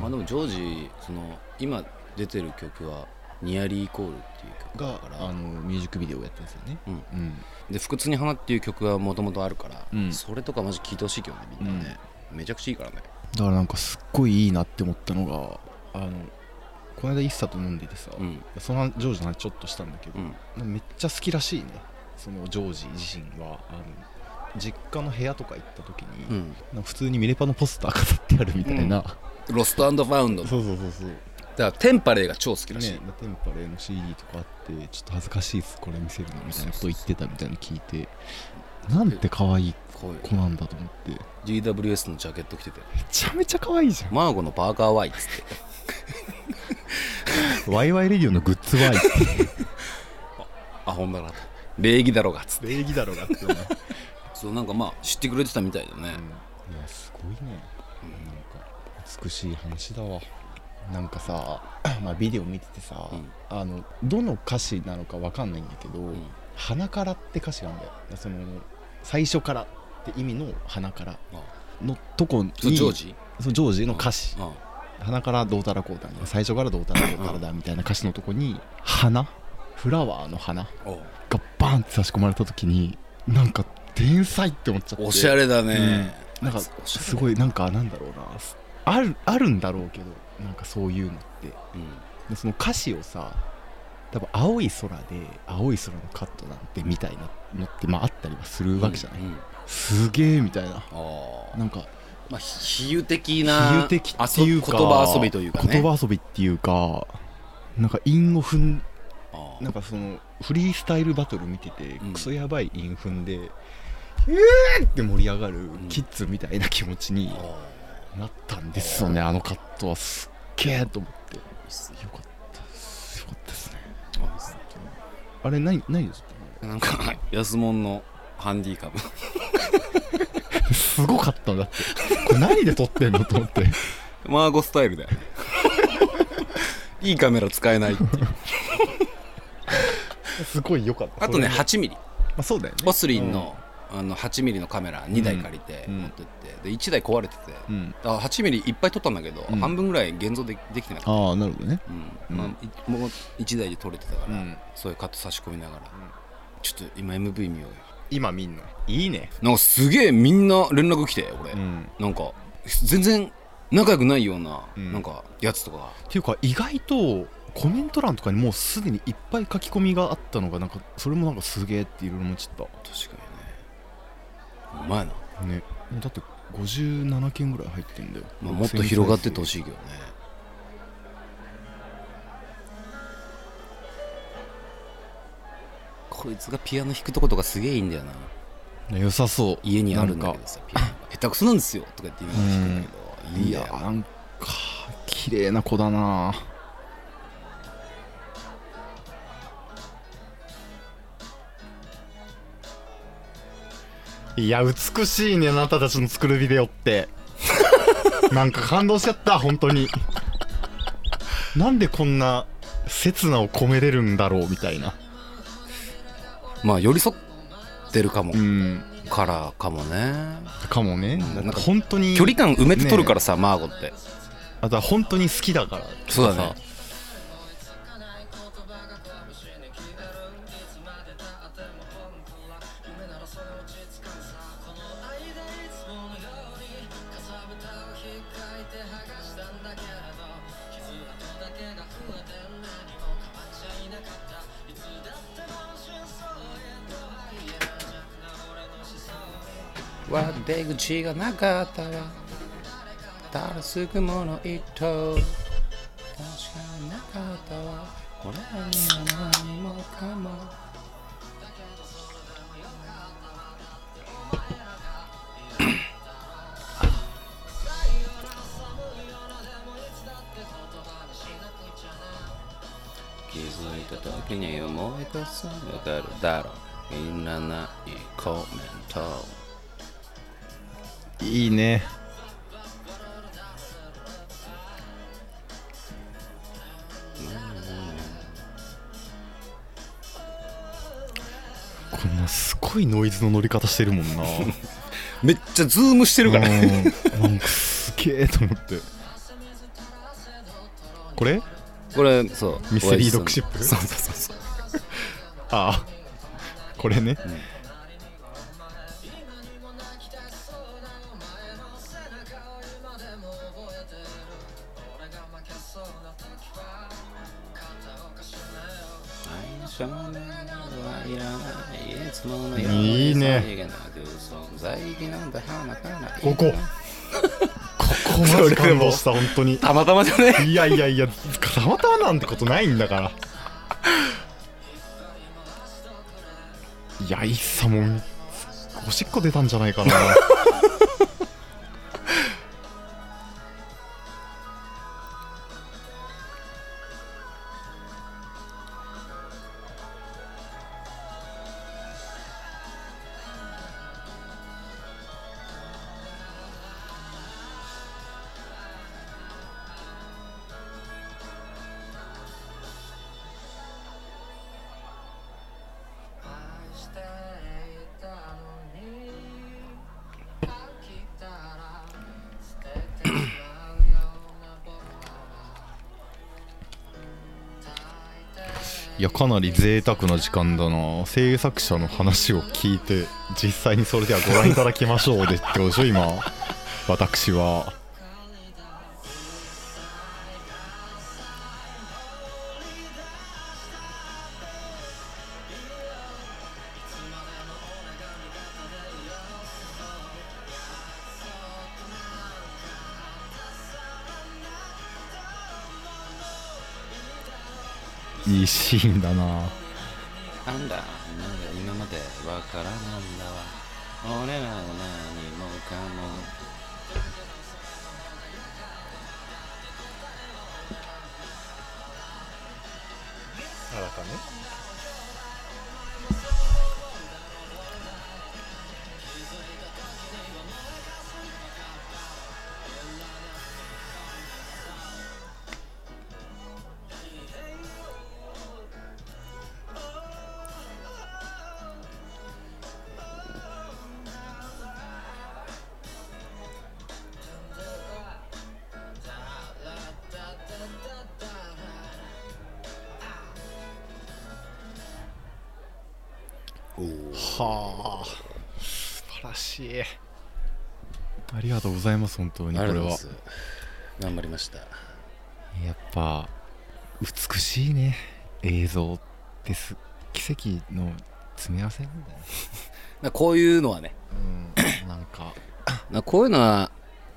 Speaker 3: まあでもジョージその今出てる曲は「ニアリーイコール」っていう曲だ
Speaker 2: が
Speaker 3: か
Speaker 2: あ
Speaker 3: ら
Speaker 2: のミュージックビデオやったんですよね
Speaker 3: うん
Speaker 2: うん
Speaker 3: で「不屈に花」っていう曲はもともとあるから、
Speaker 2: うん
Speaker 3: それとかマジ聴いてほしいけどねみんなね、めちゃくちゃいいからね
Speaker 2: だからなんかすっごいいいなって思ったのがあのこの間一茶と飲んでてさ、
Speaker 3: うん
Speaker 2: そのジョージの話ちょっとしたんだけ
Speaker 3: う
Speaker 2: ど、
Speaker 3: ん
Speaker 2: めっちゃ好きらしいねそのジョージ自身はあの実家の部屋とか行った時に、
Speaker 3: うん
Speaker 2: なんか普通にミレパのポスター飾ってあるみたいな、
Speaker 3: ロストファウンドだか
Speaker 2: そうそうそうそう
Speaker 3: らテンパレーが超好きらしい、
Speaker 2: ね、テンパレーの CD とかあってちょっと恥ずかしいですこれ見せるのみたいなこと言ってたみたいに聞いてなんて可愛い
Speaker 3: こういう
Speaker 2: 子なんだと思ってめ
Speaker 3: GWS のジャケット着てて
Speaker 2: ちゃめちゃ可愛いじゃ
Speaker 3: マーゴのパーカーワイっつって
Speaker 2: んワイワイレディオのグッズワイ
Speaker 3: アホんだなと礼儀だろがっつって
Speaker 2: 礼儀だろうがって思う
Speaker 3: そうなんかまあ知ってくれてたみたいだね、
Speaker 2: いやすごいねなんか美しい話だわなんかさ、まあ、ビデオ見ててさ、
Speaker 3: うん
Speaker 2: あのどの歌詞なのかわかんないんだけど「
Speaker 3: ん
Speaker 2: 花から」って歌詞があるんだよその最初からって意味の「花から
Speaker 3: あ」
Speaker 2: のとこに
Speaker 3: そうジョージ
Speaker 2: そうジョージの歌詞
Speaker 3: あ
Speaker 2: 「花からどうたらこうたら」最初からどうたらこうたらだみたいな歌詞のとこに「花」フラワーの花
Speaker 3: あ
Speaker 2: がバーンって差し込まれた時になんか天才って思っちゃって
Speaker 3: おしゃれだね、
Speaker 2: うんなんか
Speaker 3: あいつおしゃれ
Speaker 2: すごいなんかなんだろうなすあるあるんだろうけどなんかそういうのって
Speaker 3: うん
Speaker 2: でその歌詞をさ多分青い空で青い空のカットなんてみたいなのってまああったりはするわけじゃない、
Speaker 3: うんうん
Speaker 2: すげえみたいな
Speaker 3: ああ
Speaker 2: なんか
Speaker 3: まあ比喩的
Speaker 2: 比
Speaker 3: な
Speaker 2: 喩的っていうか
Speaker 3: あそ言葉遊びというかね
Speaker 2: 言葉遊びっていうかなんか韻を踏ん
Speaker 3: ああ
Speaker 2: なんかそのフリースタイルバトル見てて、
Speaker 3: うん
Speaker 2: クソやばい韻踏んで「えー!」って盛り上がるキッズみたいな気持ちに
Speaker 3: ああ
Speaker 2: なったんですよねあのカットはすっげえと思ってよかったですよかったですね
Speaker 3: ああ
Speaker 2: あれ何何です
Speaker 3: なんか安物のハンディカム
Speaker 2: かすごかったんだってこれ何で撮ってんのと思って
Speaker 3: マーゴスタイルだよねいいカメラ使えな いっていう
Speaker 2: すごいよかった
Speaker 3: あとね
Speaker 2: それも
Speaker 3: 8ミリ
Speaker 2: まあ、そうだよね
Speaker 3: オスリンの,、あの8ミリのカメラ2台借りて
Speaker 2: うん
Speaker 3: 持ってって、で1台壊れてて
Speaker 2: うん、うん
Speaker 3: あ8ミリいっぱい撮ったんだけど、
Speaker 2: うん
Speaker 3: 半分ぐらい現像でできてなかっ
Speaker 2: ああなるほどね
Speaker 3: た、うん
Speaker 2: うん
Speaker 3: まあ、いもう1台で撮れてたか
Speaker 2: う
Speaker 3: ら、
Speaker 2: ん
Speaker 3: そういうカット差し込みなが
Speaker 2: ん
Speaker 3: ら、ちょっと今 MV 見ようよ
Speaker 2: 今みんないいね
Speaker 3: なんかすげえみんな連絡来て俺、
Speaker 2: うん
Speaker 3: なんか全然仲良くないような、
Speaker 2: うん
Speaker 3: なんかやつとか
Speaker 2: っていうか意外とコメント欄とかにもうすでにいっぱい書き込みがあったのがなんかそれもなんかすげえっていろいろ思っちゃっ
Speaker 3: 確かにねお前な
Speaker 2: たねだって57件ぐらい入ってんだよ、
Speaker 3: まあ、もっと広がってってほ
Speaker 2: い
Speaker 3: しいけどねこいつがピアノ弾くとことかすげえいいんだよな
Speaker 2: 良さそう
Speaker 3: 家にあるん
Speaker 2: な
Speaker 3: だ
Speaker 2: ん
Speaker 3: け
Speaker 2: か
Speaker 3: どさピアノが下手くそなんですよとか言って言いながら弾くけど
Speaker 2: い
Speaker 3: いいや
Speaker 2: やなんか綺麗な子だなぁいや美しいねあなたたちの作るビデオって なんか感動しちゃった本当になんでこんな刹那を込めれるんだろうみたいな
Speaker 3: まあ寄り添ってるかも、
Speaker 2: うん
Speaker 3: からかもね
Speaker 2: かもね
Speaker 3: うんなんか
Speaker 2: 本当に
Speaker 3: 距離感埋めて撮るからさ、マーゴって
Speaker 2: あとは本当に好きだから
Speaker 3: そうだねわ出口がなかったらただすぐもの一頭確かになかったわこれには何もかも気づいた時に思い出すわかるだろうみんなないコメント
Speaker 2: いいねこんなすごいノイズの乗り方してるも んな
Speaker 3: めっちゃズームしてるから
Speaker 2: うんなんかすげえと思ってこれ
Speaker 3: これそう
Speaker 2: ミステリードッグシップ
Speaker 3: オアシスのそうそうそうそう
Speaker 2: ああこれね、
Speaker 3: 愛情のはいらないいつもの
Speaker 2: いいね
Speaker 3: さりげなく存在意義なんて花から
Speaker 2: ここここまで感動した本当に
Speaker 3: たまたまじゃね
Speaker 2: いやいやいやたまたまなんてことないんだからいやいっさもんおしっこ出たんじゃないかないやかなり贅沢な時間だな制作者の話を聞いて実際にそれではご覧いただきましょうでってことでしょ今私はいいシーンだな
Speaker 3: なんだなんだ今までわからなんだわ俺らは何もかも
Speaker 2: はあ素晴らしいありがとうございます本当にこ
Speaker 3: あり
Speaker 2: れ
Speaker 3: がとうご
Speaker 2: は
Speaker 3: ざいます頑張りました
Speaker 2: やっぱ美しいね映像です奇跡の詰め合わせなんだよね
Speaker 3: こういうのはね
Speaker 2: うんなんか
Speaker 3: なこういうのは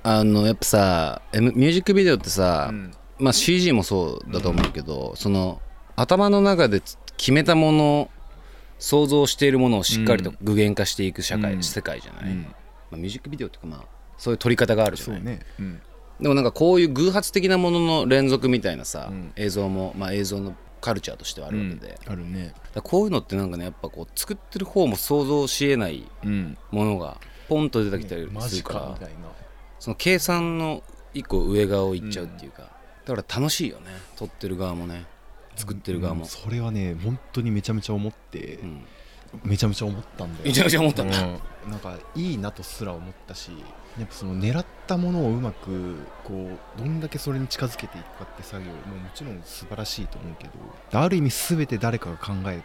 Speaker 3: あのやっぱさ、M、ミュージックビデオってさ、
Speaker 2: うん
Speaker 3: まあ、CG もそうだと思うけど、その頭の中でつ決めたもの想像しているものをしっかりと
Speaker 2: うん
Speaker 3: 具現化していく社会、
Speaker 2: うん
Speaker 3: 世界じゃな
Speaker 2: う
Speaker 3: い、ま
Speaker 2: ん
Speaker 3: あ、ミュージックビデオっていうかまあそういう撮り方があるじゃ
Speaker 2: そう
Speaker 3: ない、
Speaker 2: ねうん
Speaker 3: でもなんかこういう偶発的なものの連続みたいなさ、
Speaker 2: うん
Speaker 3: 映像も、まあ、映像のカルチャーとしてはあるわけで、だか
Speaker 2: あるね
Speaker 3: らこういうのってなんかねやっぱこう作ってる方も想像しえない
Speaker 2: うん
Speaker 3: ものがポンと出てきたり
Speaker 2: マ
Speaker 3: する
Speaker 2: ジ
Speaker 3: から、
Speaker 2: かみたいな
Speaker 3: その計算の一個上側をいっちゃうっていうか、だから楽しいよね撮ってる側もね作ってる側も
Speaker 2: うん、それはね本当にめちゃめちゃ思って
Speaker 3: うん
Speaker 2: めちゃめちゃ思ったんだよ
Speaker 3: めちゃめちゃ思ったんだ、
Speaker 2: うんなんかいいなとすら思ったしやっぱその狙ったものをうまくこうどんだけそれに近づけていくかって作業ももちろん素晴らしいと思うけどある意味全て誰かが考え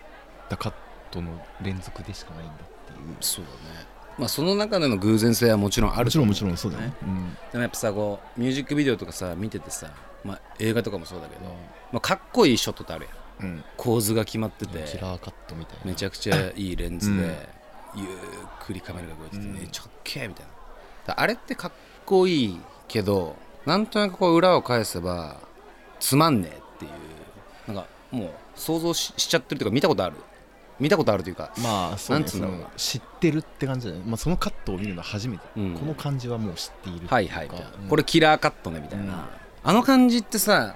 Speaker 2: たカットの連続でしかないんだっていう
Speaker 3: そうだねまあその中での偶然性はもちろんある
Speaker 2: もち
Speaker 3: と
Speaker 2: ろん
Speaker 3: 思う
Speaker 2: もちろんそうだねうん
Speaker 3: でもやっぱさこうミュージックビデオとかさ見ててさ、まあ、映画とかもそうだけど、まあ、かっこいいショットってあるやん
Speaker 2: うん
Speaker 3: 構図が決まってて
Speaker 2: キラーカットみたいな
Speaker 3: めちゃくちゃいいレンズで、
Speaker 2: うん
Speaker 3: ゆっくりカメラが動いてて、ね
Speaker 2: うん
Speaker 3: 直径みたいなだからあれってかっこいいけどなんとなくこう裏を返せばつまんねえっていうなんかもう想像ししちゃってるというか見たことある見たことあるというか
Speaker 2: まあそう
Speaker 3: なん
Speaker 2: ね
Speaker 3: つうんだろう
Speaker 2: その知ってるって感じじゃない、まあ、そのカットを見るのは初めて、
Speaker 3: うん
Speaker 2: この感じはもう知っているってうか
Speaker 3: はいはいみたいな、
Speaker 2: うん
Speaker 3: これキラーカットねみたいな、あの感じってさ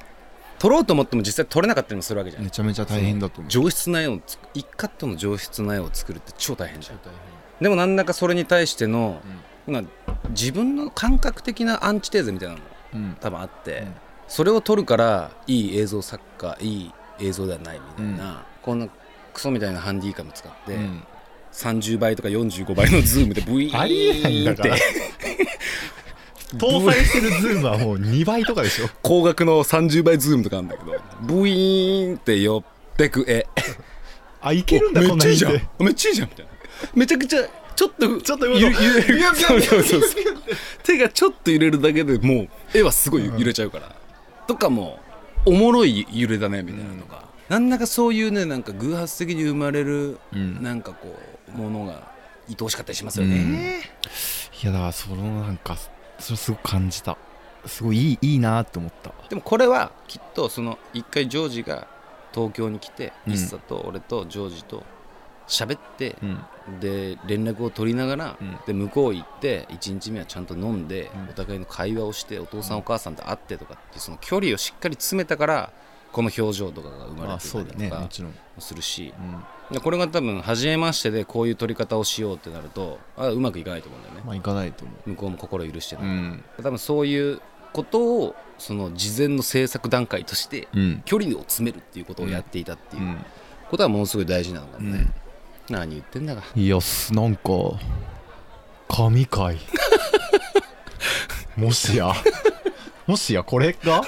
Speaker 3: 撮ろうと思っても実際撮れなかったりもするわけじゃな
Speaker 2: め
Speaker 3: い
Speaker 2: ちゃめちゃ大変だと思う
Speaker 3: 上質な絵をつ一カットの上質な絵を作るって超大変じゃん
Speaker 2: 大
Speaker 3: でもなんだかそれに対しての
Speaker 2: 変
Speaker 3: まあ、自分の感覚的なアンチテーゼみたいなのも
Speaker 2: うん、うん、
Speaker 3: 多分あって、
Speaker 2: うん
Speaker 3: それを撮るからいい映像作家いい映像ではないみたいな、こんなクソみたいなハンディカム使って、
Speaker 2: うん
Speaker 3: 30倍とか45倍のズームでブイーンって
Speaker 2: ありえないんだから 搭載してるズームはもう2倍とかで しょ
Speaker 3: 高額の30倍ズームとかあるんだけどブイーンって寄ってく絵
Speaker 2: あいけるんだこ
Speaker 3: おめ
Speaker 2: ん
Speaker 3: っ
Speaker 2: な
Speaker 3: ちゃいい
Speaker 2: に
Speaker 3: じゃん
Speaker 2: で
Speaker 3: めっちゃいいじゃんみたいなめちゃくちゃちょっと
Speaker 2: ちょっと
Speaker 3: ゆ
Speaker 2: 今の
Speaker 3: ゆゆ
Speaker 2: ビュンビュン
Speaker 3: そうそうそうそう手がちょっと揺れるだけでもう絵はすごい揺れちゃうから、とかもおもろい揺れだねみたいなのが、なんだかそういうねなんか偶発的に生まれる、
Speaker 2: うん
Speaker 3: なんかこうものが愛おしかったりしますよね、
Speaker 2: いやだからそのなんかそれすごく感じたすごいいいいいなって思った
Speaker 3: でもこれはきっとその一回ジョージが東京に来て
Speaker 2: うん
Speaker 3: 一茶、と俺とジョージと喋って、
Speaker 2: うん
Speaker 3: で連絡を取りながら、
Speaker 2: うん
Speaker 3: で向こう行って1日目はちゃんと飲んで、
Speaker 2: うん
Speaker 3: お互いの会話をしてお父さんお母さんと会ってとかっていうその距離をしっかり詰めたからこの表情とかが生ま
Speaker 2: ま
Speaker 3: れ
Speaker 2: あ
Speaker 3: て
Speaker 2: そうだ
Speaker 3: たり
Speaker 2: ね
Speaker 3: と
Speaker 2: も
Speaker 3: か
Speaker 2: ちろん、
Speaker 3: もするし、
Speaker 2: うん、
Speaker 3: でこれが多分初めましてでこういう撮り方をしようってなるとあうまくいかないと思うんだよね、
Speaker 2: まあいかないと思
Speaker 3: 向こうも心を許してな
Speaker 2: う
Speaker 3: い、
Speaker 2: ん
Speaker 3: 多分そういうことをその事前の制作段階として
Speaker 2: うん
Speaker 3: 距離を詰めるっていうことをやっていたっていううんことはものすごい大事なのかもね、何言ってんだか
Speaker 2: いやすなんか神 回もし やもしやこれ が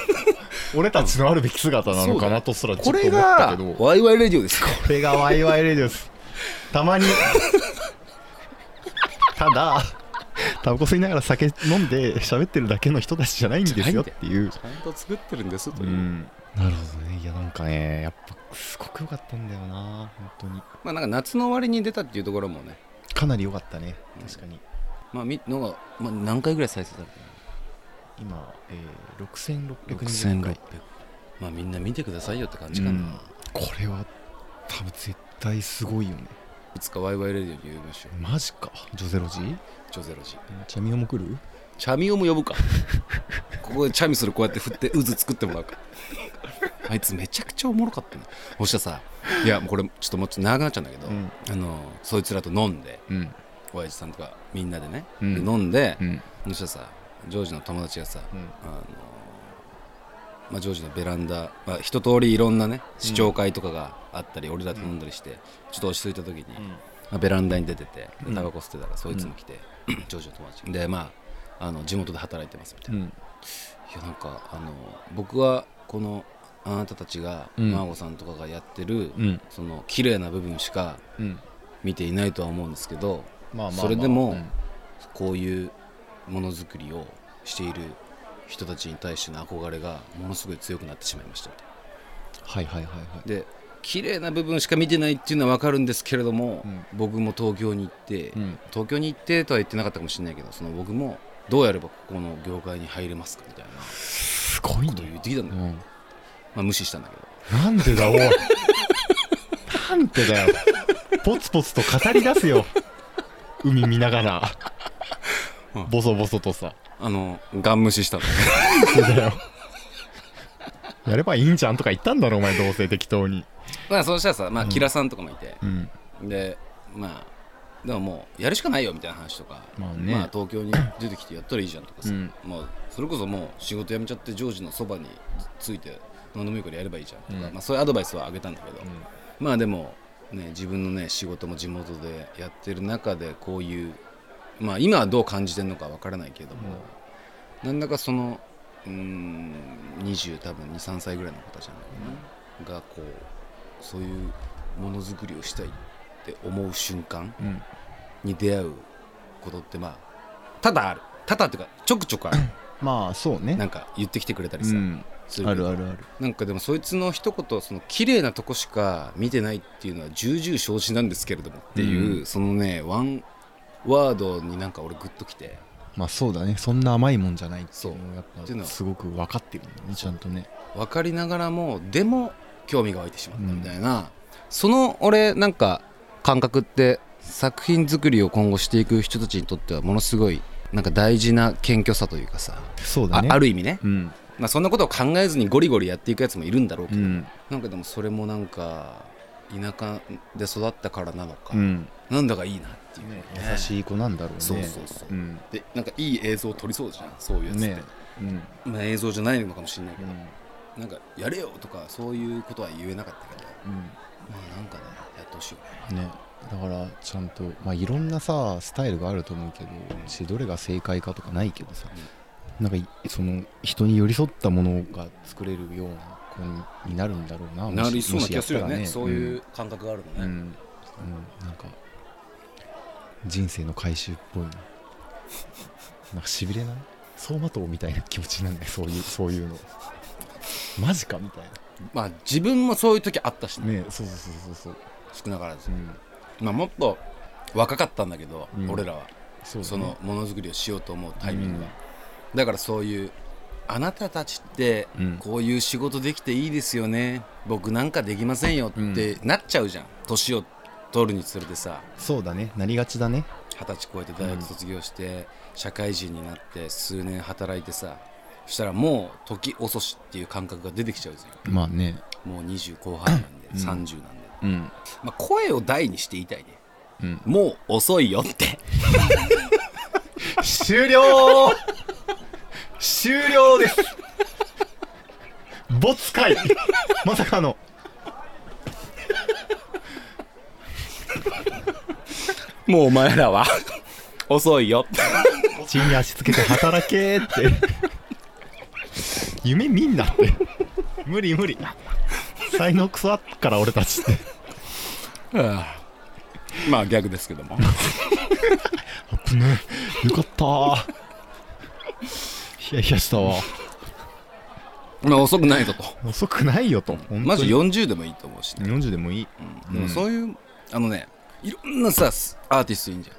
Speaker 2: 俺たちのあるべき姿なのかなとすらちょっと
Speaker 3: こ
Speaker 2: 思っ
Speaker 3: れ
Speaker 2: たけ
Speaker 3: が
Speaker 2: ど
Speaker 3: ワイワイレディオですか
Speaker 2: これがワイワイレディオですたまにただタバコ吸いながら酒飲んで喋ってるだけの人たちじゃないんですよっていう
Speaker 3: ちゃんと作ってるんですと
Speaker 2: う
Speaker 3: いう、
Speaker 2: んなるほどねいやなんかねやっぱすごく良かったんだよな本当に
Speaker 3: まあなんか夏の終わりに出たっていうところもね、
Speaker 2: かなり良かったね確かに
Speaker 3: まあ、みのが、まあ、何回ぐらい再生され
Speaker 2: 今、えー、
Speaker 3: た
Speaker 2: 6620回
Speaker 3: まあみんな見てくださいよって感じかな、
Speaker 2: うんこれは多分絶対すごいよね
Speaker 3: いつかワイワイレディオに呼びましょう
Speaker 2: マジかジョゼロジ
Speaker 3: ジョゼロジ
Speaker 2: チャミオも来る
Speaker 3: チャミオも呼ぶ かここでチャミするこうやって振って渦作ってもらうかあいつめちゃくちゃおもろかったねそしたらさいやもうこれちょっともうちょっと長くなっちゃうんだけど、
Speaker 2: うん
Speaker 3: あのそいつらと飲んで
Speaker 2: うん
Speaker 3: 親父さんとかみんなでね、
Speaker 2: うん
Speaker 3: で飲んで、
Speaker 2: うん
Speaker 3: そしたらさジョージの友達がさ、あのまあ、ジョージのベランダ、まあ、一通りいろんなね試聴会とかがあったり、俺らと飲んだりして、ちょっと落ち着いた時に、まあ、ベランダに出ててで
Speaker 2: うん
Speaker 3: タバコ吸ってたらそいつも来て、ジョージの友達がでまああの地元で働いてますみたいな、
Speaker 2: うん
Speaker 3: いやなんかあの僕はこのあなたたちが、
Speaker 2: うん
Speaker 3: マーゴさんとかがやってる、
Speaker 2: うん
Speaker 3: その綺麗な部分しか
Speaker 2: うん
Speaker 3: 見ていないとは思うんですけど
Speaker 2: まあまあまあ
Speaker 3: それでも
Speaker 2: うん
Speaker 3: こういうものづくりをしている人たちに対しての憧れがものすごい強くなってしまいましたみたいな
Speaker 2: はいはいはいはい
Speaker 3: で綺麗な部分しか見てないっていうのは分かるんですけれども、
Speaker 2: うん
Speaker 3: 僕も東京に行って、
Speaker 2: うん
Speaker 3: 東京に行ってとは言ってなかったかもしれないけどその僕もどうやればここの業界に入れますかみたいな
Speaker 2: すごい
Speaker 3: ことを言ってきたんだよ、
Speaker 2: ん、
Speaker 3: まあ、無視したんだけど
Speaker 2: なんでだおい なんでだよポツポツと語り出すよ海見ながら
Speaker 3: うん
Speaker 2: ボソボソとさ
Speaker 3: あのガン無視したの
Speaker 2: なんでだよやればいいんじゃんとか言ったんだろお前どうせ適当に
Speaker 3: まあそうしたらさ、まあ、
Speaker 2: うん
Speaker 3: キラさんとかもいて、
Speaker 2: うん
Speaker 3: でまあでももうやるしかないよみたいな話とか、
Speaker 2: まあね
Speaker 3: まあ、東京に出てきてやったらいいじゃんとかさ、
Speaker 2: うん
Speaker 3: まあ、それこそもう仕事辞めちゃってジョージのそばについて何でもいいからやればいいじゃんとか、
Speaker 2: うん
Speaker 3: まあ、そういうアドバイスはあげたんだけど、まあでも、ね、自分のね仕事も地元でやってる中でこういう、まあ、今はどう感じてるのかわからないけれども、なんだかそのうーん20多分23歳ぐらいの子たちなんだけどね、がこうそういうものづくりをしたいって思う瞬間
Speaker 2: うんうん
Speaker 3: に出会うことってまあ多々ある多々っていうかちょくちょくある
Speaker 2: まあそうね
Speaker 3: なんか言ってきてくれたり
Speaker 2: う
Speaker 3: さ、
Speaker 2: ん
Speaker 3: する
Speaker 2: あるあるある
Speaker 3: なんかでもそいつの一言その綺麗なとこしか見てないっていうのは重々承知なんですけれどもっていう、
Speaker 2: うん
Speaker 3: そのねワンワードになんか俺グッときて
Speaker 2: まあそうだねそんな甘いもんじゃないっていう
Speaker 3: そ
Speaker 2: のをやっ
Speaker 3: っていうの
Speaker 2: ぱ
Speaker 3: は
Speaker 2: すごく分かってるんだよねちゃんとね
Speaker 3: 分かりながらもでも興味が湧いてしまったみたいな、その俺なんか感覚って作品作りを今後していく人たちにとってはものすごいなんか大事な謙虚さというかさ、
Speaker 2: そうだ
Speaker 3: あ
Speaker 2: ね
Speaker 3: あ
Speaker 2: る
Speaker 3: る意味ね、
Speaker 2: うん
Speaker 3: まあ、そんなことを考えずにゴリゴリやっていくやつもいるんだろうけ
Speaker 2: う
Speaker 3: ど、
Speaker 2: ん
Speaker 3: なんかでもそれもなんか田舎で育ったからなのか、
Speaker 2: うん
Speaker 3: なんだかいいなっていう、
Speaker 2: ね優しい子なんだろうね
Speaker 3: そうそうそう
Speaker 2: うん
Speaker 3: でなんかいい映像撮りそうじゃんそういうやつって、
Speaker 2: ねうん
Speaker 3: まあ、映像じゃないのかもしれないけ
Speaker 2: う
Speaker 3: ど、
Speaker 2: ん
Speaker 3: なんかやれよとかそういうことは言えなかったけど
Speaker 2: うん
Speaker 3: まあなんかねやってほしいよね
Speaker 2: ねだからちゃんとまあいろんなさスタイルがあると思うけどしどれが正解かとかないけどさ、なんかいその人に寄り添ったものが作れるような子にになるんだろうな
Speaker 3: な
Speaker 2: もし
Speaker 3: りそうな気がするよね
Speaker 2: もしやったら
Speaker 3: そういう感覚がある
Speaker 2: うん、
Speaker 3: の
Speaker 2: うん
Speaker 3: ね、
Speaker 2: うんなんか人生の回収っぽいななんかしびれない走馬灯みたいな気持ちになんないそういうそういうのマジかみたい
Speaker 3: まあ自分もそういう時あったし
Speaker 2: な
Speaker 3: ね
Speaker 2: ねそうそうそうそうそう
Speaker 3: 少なからず、
Speaker 2: うん
Speaker 3: まあ、もっと若かったんだけど、
Speaker 2: うん
Speaker 3: 俺らは
Speaker 2: そうね
Speaker 3: そのものづくりをしようと思うタイミングが、だからそういうあなたたちって
Speaker 2: うん
Speaker 3: こういう仕事できていいですよね僕なんかできませんよってなっちゃうじゃん年を取るにつれてさ
Speaker 2: そうだねなりがちだね
Speaker 3: 二十歳超えて大学卒業して、社会人になって数年働いてさそしたらもう時遅しっていう感覚が出てきちゃうじゃ
Speaker 2: まあね
Speaker 3: んもう20後半なんで、
Speaker 2: うん
Speaker 3: 30なんで、
Speaker 2: うん
Speaker 3: まあ、声を大にして言いたいね
Speaker 2: うん
Speaker 3: もう遅いよって
Speaker 2: 終了 終了です没回 まさかの
Speaker 3: もうお前 らは遅いよって
Speaker 2: 地に足つけて働けって夢見んなって無理無理 才能クソあっから俺たちって
Speaker 3: まあ逆ですけども
Speaker 2: あぶねえよかったヒヤヒヤしたわ
Speaker 3: まあ遅くないぞと
Speaker 2: 遅くないよと本当に
Speaker 3: まず40でもいいと思うしね、
Speaker 2: 40でもいい
Speaker 3: でもそういうあのねいろんなさすアーティストいいんじゃん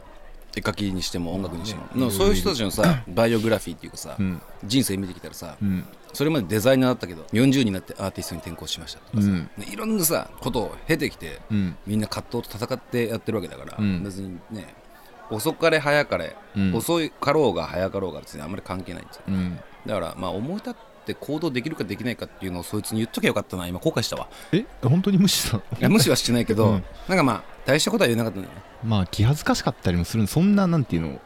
Speaker 3: 絵描きにしても音楽にしても、
Speaker 2: うん
Speaker 3: でもそういう人たちのさバイオグラフィーっていうかさ、
Speaker 2: ん
Speaker 3: 人生見てきたらさ、
Speaker 2: うん
Speaker 3: それまでデザイナーだったけど40になってアーティストに転向しましたとかさ、
Speaker 2: うん
Speaker 3: でいろんなさことを経てきて、
Speaker 2: うん
Speaker 3: みんな葛藤と戦ってやってるわけだから、
Speaker 2: うん
Speaker 3: 別にね遅かれ早かれ、
Speaker 2: うん
Speaker 3: 遅いかろうが早かろうが別にあんまり関係ないんですよ
Speaker 2: うん
Speaker 3: だからまあ思い立って行動できるかできないかっていうのをそいつに言っときゃよかったな今後悔したわ
Speaker 2: え本当に無視したの
Speaker 3: いや無視はしてないけど、
Speaker 2: うん
Speaker 3: なんかまあ大したことは言えなかったんだよね
Speaker 2: まあ気恥ずかしかったりもするそんななんていうの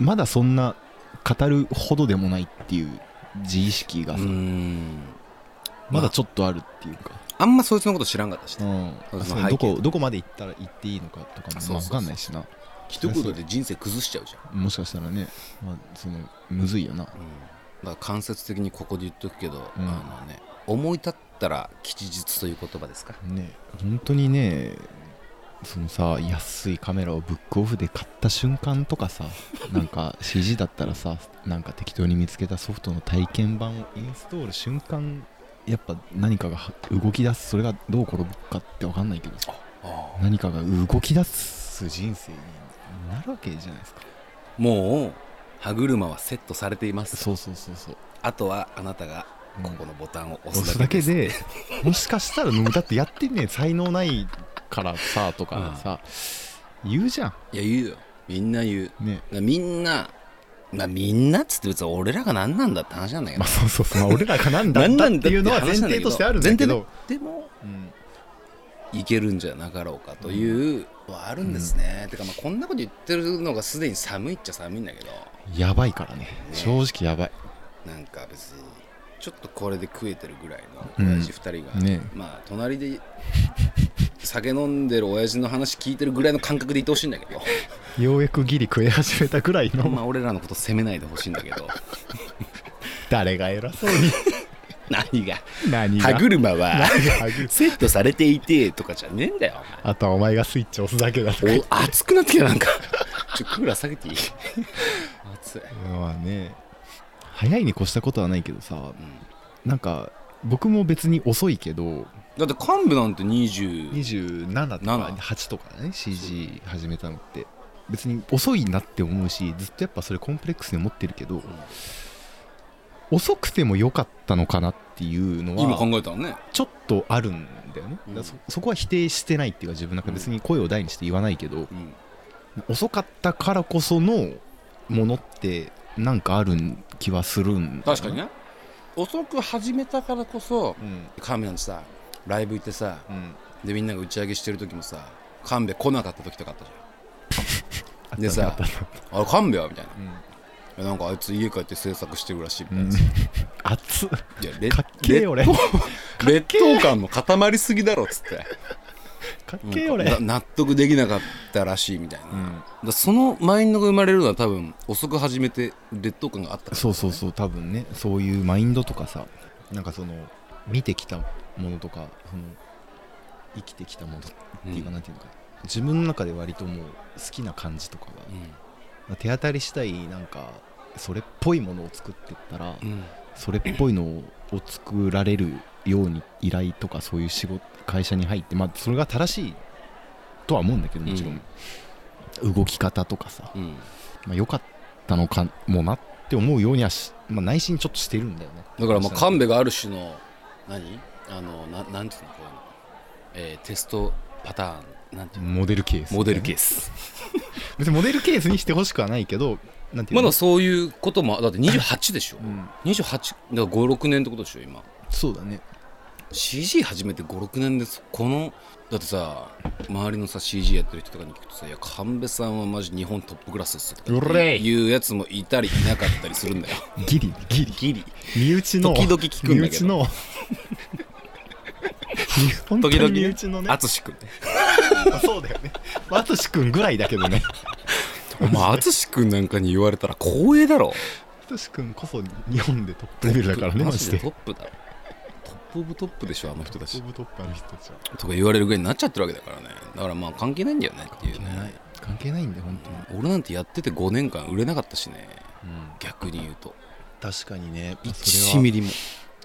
Speaker 2: まだそんな語るほどでもないっていう自意識がさ、
Speaker 3: ん
Speaker 2: まだちょっとあるっていうか、
Speaker 3: あんまそいつのこと知らんかったし
Speaker 2: う
Speaker 3: ね
Speaker 2: ん
Speaker 3: そうそ
Speaker 2: そうう
Speaker 3: 背景
Speaker 2: どこどこまで行ったら行っていいのかとかも
Speaker 3: そうそうそう
Speaker 2: 分かんないしな
Speaker 3: 一言で人生崩しちゃうじゃん、
Speaker 2: もしかしたらね、まあ、そのむずいよな
Speaker 3: だから間接的にここで言っとくけど、
Speaker 2: うん
Speaker 3: あのね思い立ったら吉日という言葉ですか
Speaker 2: ね本当にねそのさ安いカメラをブックオフで買った瞬間と かさなんか CG だったらさなんか適当に見つけたソフトの体験版をインストール瞬間やっぱ何かが動き出すそれがどう転ぶかって分かんないけど
Speaker 3: あ
Speaker 2: 何かが動き出す人生になるわけじゃないですか
Speaker 3: ーもう歯車はセットされています
Speaker 2: そうそうそうそう
Speaker 3: あとはあなたがここのボタンを押
Speaker 2: 押
Speaker 3: す
Speaker 2: す
Speaker 3: だ
Speaker 2: だ
Speaker 3: け
Speaker 2: け
Speaker 3: です
Speaker 2: でもしかしたらもうだってやってんねん才能ないからさとかさ、言うじゃ
Speaker 3: いや言うよみんな言うん
Speaker 2: ね
Speaker 3: みんなまあみんなっつって別に俺らが何なんだって話なんだけ ど
Speaker 2: まあそうそうそう、まあ、俺らがなんだっ
Speaker 3: 何
Speaker 2: た
Speaker 3: な
Speaker 2: っ
Speaker 3: ん
Speaker 2: て
Speaker 3: だ
Speaker 2: いうのは前
Speaker 3: 話なんだ
Speaker 2: 提としてあるんだけ
Speaker 3: 前
Speaker 2: ど、
Speaker 3: 提ででも
Speaker 2: うん
Speaker 3: いけるんじゃなかろうかというはあるんですね、てかまあこんなこと言ってるのがすでに寒いっちゃ寒いんだけど
Speaker 2: やばいからね正直やばい
Speaker 3: なんか別にちょっとこれで食えてるぐらい
Speaker 2: うん
Speaker 3: の親父2人が、
Speaker 2: ね
Speaker 3: まあ隣で酒飲んでる親父の話聞いてるぐらいの感覚でいてほしいんだけど
Speaker 2: ようやくギリ食え始めたぐらい
Speaker 3: ま
Speaker 2: の
Speaker 3: あ俺らのこと責めないでほしいんだけ ど
Speaker 2: 誰が偉そうに
Speaker 3: 何が
Speaker 2: 何が
Speaker 3: 歯車は
Speaker 2: 何が歯車
Speaker 3: セットされていてとかじゃねえんだよお前
Speaker 2: あとはお前がスイッチ押すだけだとか
Speaker 3: お熱くなってきたなんかちょクーラー下げていい 熱い、
Speaker 2: まあね早いに越したことはないけどさ
Speaker 3: うん、
Speaker 2: なんか僕も別に遅いけど
Speaker 3: だって幹部なんて20
Speaker 2: 27とか
Speaker 3: 7
Speaker 2: 8とかだね CG 始めたのって別に遅いなって思うしずっとやっぱそれコンプレックスに持ってるけど遅くても良かったのかなっていうの
Speaker 3: 今考
Speaker 2: は
Speaker 3: えたらね
Speaker 2: ちょっとあるんだよね、
Speaker 3: うん
Speaker 2: だからそそこは否定してないっていうか自分なんか別に声を大にして言わないけど、
Speaker 3: うん
Speaker 2: 遅かったからこそのものってなんかある気はするんだよ
Speaker 3: 確かに、ね遅く始めたからこそ
Speaker 2: うん
Speaker 3: 神なんてさライブ行ってさ
Speaker 2: うん、
Speaker 3: でみんなが打ち上げしてる時もさ神戸来なかった時とかあったじゃんで
Speaker 2: あっ
Speaker 3: さ
Speaker 2: たねあっ
Speaker 3: 「あれ神戸は?」みたいな
Speaker 2: たね
Speaker 3: 「いやなんかあいつ家帰って制作してるらしい」みた
Speaker 2: う
Speaker 3: い
Speaker 2: ん
Speaker 3: なさ、
Speaker 2: 熱っ
Speaker 3: いやレ
Speaker 2: かっけえ俺か
Speaker 3: 劣等感の塊すぎだろっつって
Speaker 2: っけえ俺
Speaker 3: なんかな納得できなかったらしいみたいな、
Speaker 2: うん
Speaker 3: だからそのマインドが生まれるのは多分遅く始めて劣等感があったから
Speaker 2: そうそうそう多分ねそういうマインドとかさなんかその見てきたものとかその生きてきたものっていうか、なんていうのか自分の中で割ともう好きな感じとか
Speaker 3: うん
Speaker 2: が手当たり次第なんかそれっぽいものを作ってったら
Speaker 3: うん
Speaker 2: それっぽいのを作られるように依頼とかそういう仕事会社に入ってまあそれが正しいとは思うんだけどもちろん、動き方とかさ、
Speaker 3: うん
Speaker 2: まあ、良かったのかもなって思うようにはし、まあ、内心ちょっとしてるんだよね
Speaker 3: だからまあ
Speaker 2: か
Speaker 3: 神戸がある種の何あのななんていうのこういうの、えーテストパターンなんていうの
Speaker 2: モデルケース
Speaker 3: モデルケー
Speaker 2: ス
Speaker 3: ス
Speaker 2: 別にモデルケースにしてほしくはないけどなんていう
Speaker 3: ま
Speaker 2: の
Speaker 3: だそういうこともだって28でしょ
Speaker 2: うん、
Speaker 3: 28だから56年ってことでしょ今
Speaker 2: そうだね
Speaker 3: CG 始めて56年でそこのだってさ周りのさ CG やってる人とかに聞くとさ「いや神戸さんはマジ日本トップクラスです」と
Speaker 2: う
Speaker 3: か
Speaker 2: れい
Speaker 3: いうやつもいたりいなかったりするんだよ
Speaker 2: ギリギリ
Speaker 3: ギリ
Speaker 2: 身内の
Speaker 3: 時々聞くんだけ
Speaker 2: 身内
Speaker 3: ど
Speaker 2: の本当
Speaker 3: 時々
Speaker 2: に
Speaker 3: ね
Speaker 2: 身内のね
Speaker 3: 淳君
Speaker 2: あそうだよね。まさしくんぐらいだけ どね。
Speaker 3: お前淳君なんかに言われたら光栄だろ
Speaker 2: まさしくんこそ日本でトップレベルだからね、
Speaker 3: マ
Speaker 2: ま
Speaker 3: ジ
Speaker 2: し
Speaker 3: で
Speaker 2: て。
Speaker 3: トップだろトップオブトップでしょあの人たち
Speaker 2: ブトップある人たちは。
Speaker 3: とか言われるぐらいになっちゃってるわけだからねだからまあ関係ないんだよねっていうね
Speaker 2: 関係ないんだよ、本当に。
Speaker 3: 俺なんてやってて5年間売れなかったしね逆に言うと
Speaker 2: 確かにね、まあそ
Speaker 3: 1
Speaker 2: れは
Speaker 3: ミリも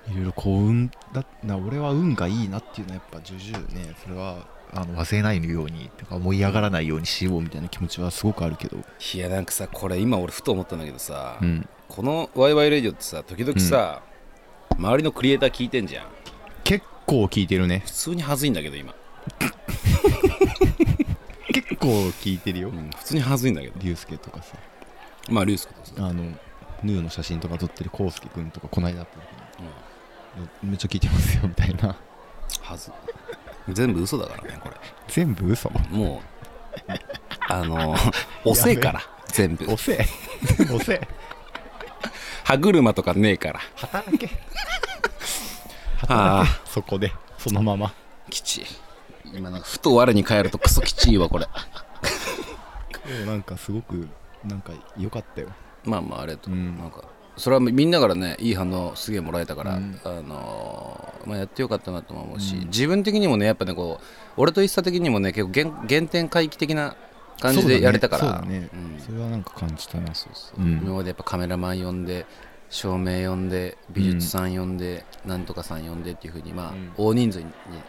Speaker 2: いろいろ幸運だな、俺は運がいいなっていうのはやっぱ重々ね、それはあの忘れないように、とか思い上がらないようにしようみたいな気持ちはすごくあるけど。
Speaker 3: いやなんかさこれ今俺ふと思ったんだけどさ、
Speaker 2: うん。
Speaker 3: このワイワイレディオってさ時々さ、周りのクリエイター聞いてんじゃん
Speaker 2: 結構聞いてるね。
Speaker 3: 普通に恥ずいんだけど今、
Speaker 2: 結構聞いてるよ
Speaker 3: う。ん普通に恥ずいんだけど
Speaker 2: 竜介とかさ、
Speaker 3: まあリュウスケとさ、
Speaker 2: あの、ヌーの写真とか撮ってるコウスケくんとか、この間会った時に。
Speaker 3: うん
Speaker 2: めっちゃ聞いてますよみたいな
Speaker 3: 恥ず全部嘘だからねこれ
Speaker 2: 全部嘘
Speaker 3: もうあ の遅えから全部
Speaker 2: せえせえ
Speaker 3: 歯車とかねえから
Speaker 2: 働け
Speaker 3: あ
Speaker 2: 働けそこでそのまま
Speaker 3: きちい今なんかふと我に返るとクソきちいわこれ
Speaker 2: でもなんかすごくなんか良かったよ
Speaker 3: まあまああれと、
Speaker 2: うん
Speaker 3: なんかそれはみんなからねいい反応すげえもらえたから、
Speaker 2: うん
Speaker 3: あのーまあ、やってよかったなとも思うし、
Speaker 2: うん
Speaker 3: 自分的にもねやっぱねこう俺と一茶的にもね結構原原点回帰的な感じ
Speaker 2: そうだ
Speaker 3: で
Speaker 2: ね
Speaker 3: やれたから
Speaker 2: そうだね
Speaker 3: うん
Speaker 2: それはなんか感じたな
Speaker 3: そうそう
Speaker 2: うん
Speaker 3: 今までやっぱカメラマン呼んで照明呼んで美術さん呼んで、なんとかさん呼んでっていうふうにまあ、
Speaker 2: うん
Speaker 3: 大人数に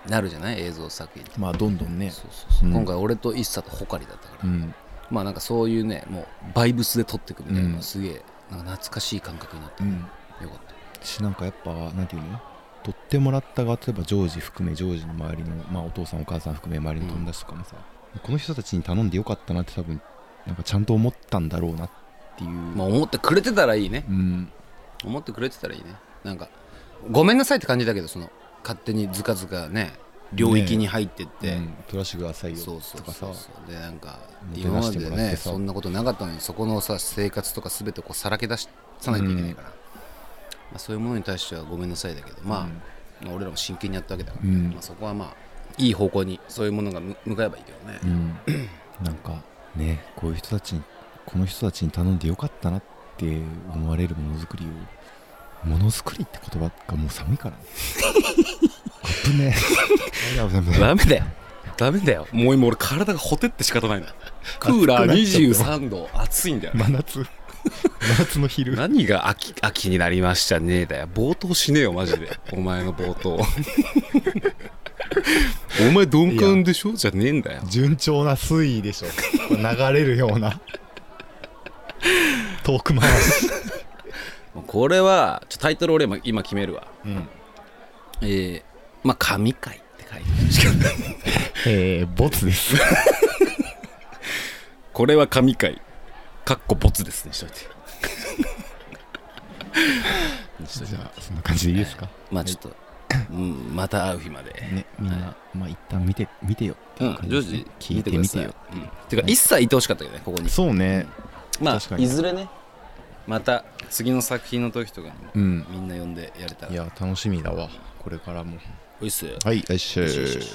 Speaker 3: なるじゃない映像作品って、
Speaker 2: まあどんどんね
Speaker 3: そうそうそう
Speaker 2: うん
Speaker 3: 今回俺と一茶とホカリだったから、
Speaker 2: うん
Speaker 3: まあなんかそういうねもうバイブスで撮ってくみたいなの
Speaker 2: う
Speaker 3: が
Speaker 2: ん
Speaker 3: すげえなんか懐かしい感覚になって、
Speaker 2: うん
Speaker 3: よかった
Speaker 2: しなんかやっぱなんていうの取ってもらった側例えばジョージ含めジョージの周りの、まあ、お父さんお母さん含め周りの友達とかもさ、この人たちに頼んでよかったなって多分なんかちゃんと思ったんだろうなっていう、
Speaker 3: まあ思ってくれてたらいいね
Speaker 2: うん
Speaker 3: 思ってくれてたらいいねなんかごめんなさいって感じだけどその勝手にずかずかね領域に入ってって、
Speaker 2: うん取らしてくださいよ
Speaker 3: そうそう
Speaker 2: とか
Speaker 3: そ
Speaker 2: さ
Speaker 3: うそうでなんか
Speaker 2: もて
Speaker 3: 今
Speaker 2: な
Speaker 3: ま
Speaker 2: して
Speaker 3: で
Speaker 2: もらって
Speaker 3: ね
Speaker 2: さ
Speaker 3: そんなことなかったのにそこのさ生活とか全てこうさらけ出しさないといけないから、まあ、そういうものに対してはごめんなさいだけどまあ、まあ俺らも真剣にやったわけだから、
Speaker 2: うん
Speaker 3: まあ、そこはまあいい方向にそういうものがむ向かえばいいけどね、
Speaker 2: うん、 なんかねこういう人たちにこの人たちに頼んでよかったなって思われるものづくりをものづくりって言葉がもう寒いから ね危ねえ危ない危ない危ない
Speaker 3: ダメだよダメだよもう今俺体がほてって仕方ないなクーラー23度暑いんだよ
Speaker 2: 真夏真夏の昼
Speaker 3: 何が秋秋になりましたねだよ冒頭しねえよマジでお前の冒 頭お前鈍感でしょじゃねえんだよ
Speaker 2: 順調な推移でしょこう流れるよう な遠く回し、
Speaker 3: これはちょタイトル俺も今決めるわえー、まあ神回って書いてあるんですけど
Speaker 2: えー、ボツです
Speaker 3: これは神回かっこボツですねしといてにしといて
Speaker 2: じゃあそんな感じでいいですか
Speaker 3: まあちょっと、うん、また会う日まで、
Speaker 2: ねみんな、
Speaker 3: は
Speaker 2: まあ一旦見て見てよって
Speaker 3: う
Speaker 2: い
Speaker 3: ん
Speaker 2: 感じ
Speaker 3: ジ
Speaker 2: で
Speaker 3: ョー
Speaker 2: すね
Speaker 3: ジ
Speaker 2: 聞いてみてよ
Speaker 3: よ、うん、てか一切言ってほしかったけどねここに
Speaker 2: そうね
Speaker 3: ま
Speaker 2: 確か
Speaker 3: あ
Speaker 2: に
Speaker 3: いずれねまた次の作品の時とかにも
Speaker 2: うん
Speaker 3: みんな呼んでやれたら
Speaker 2: いや楽しみだわこれからも
Speaker 3: おいっすよ
Speaker 2: はい来週
Speaker 3: よしよしよし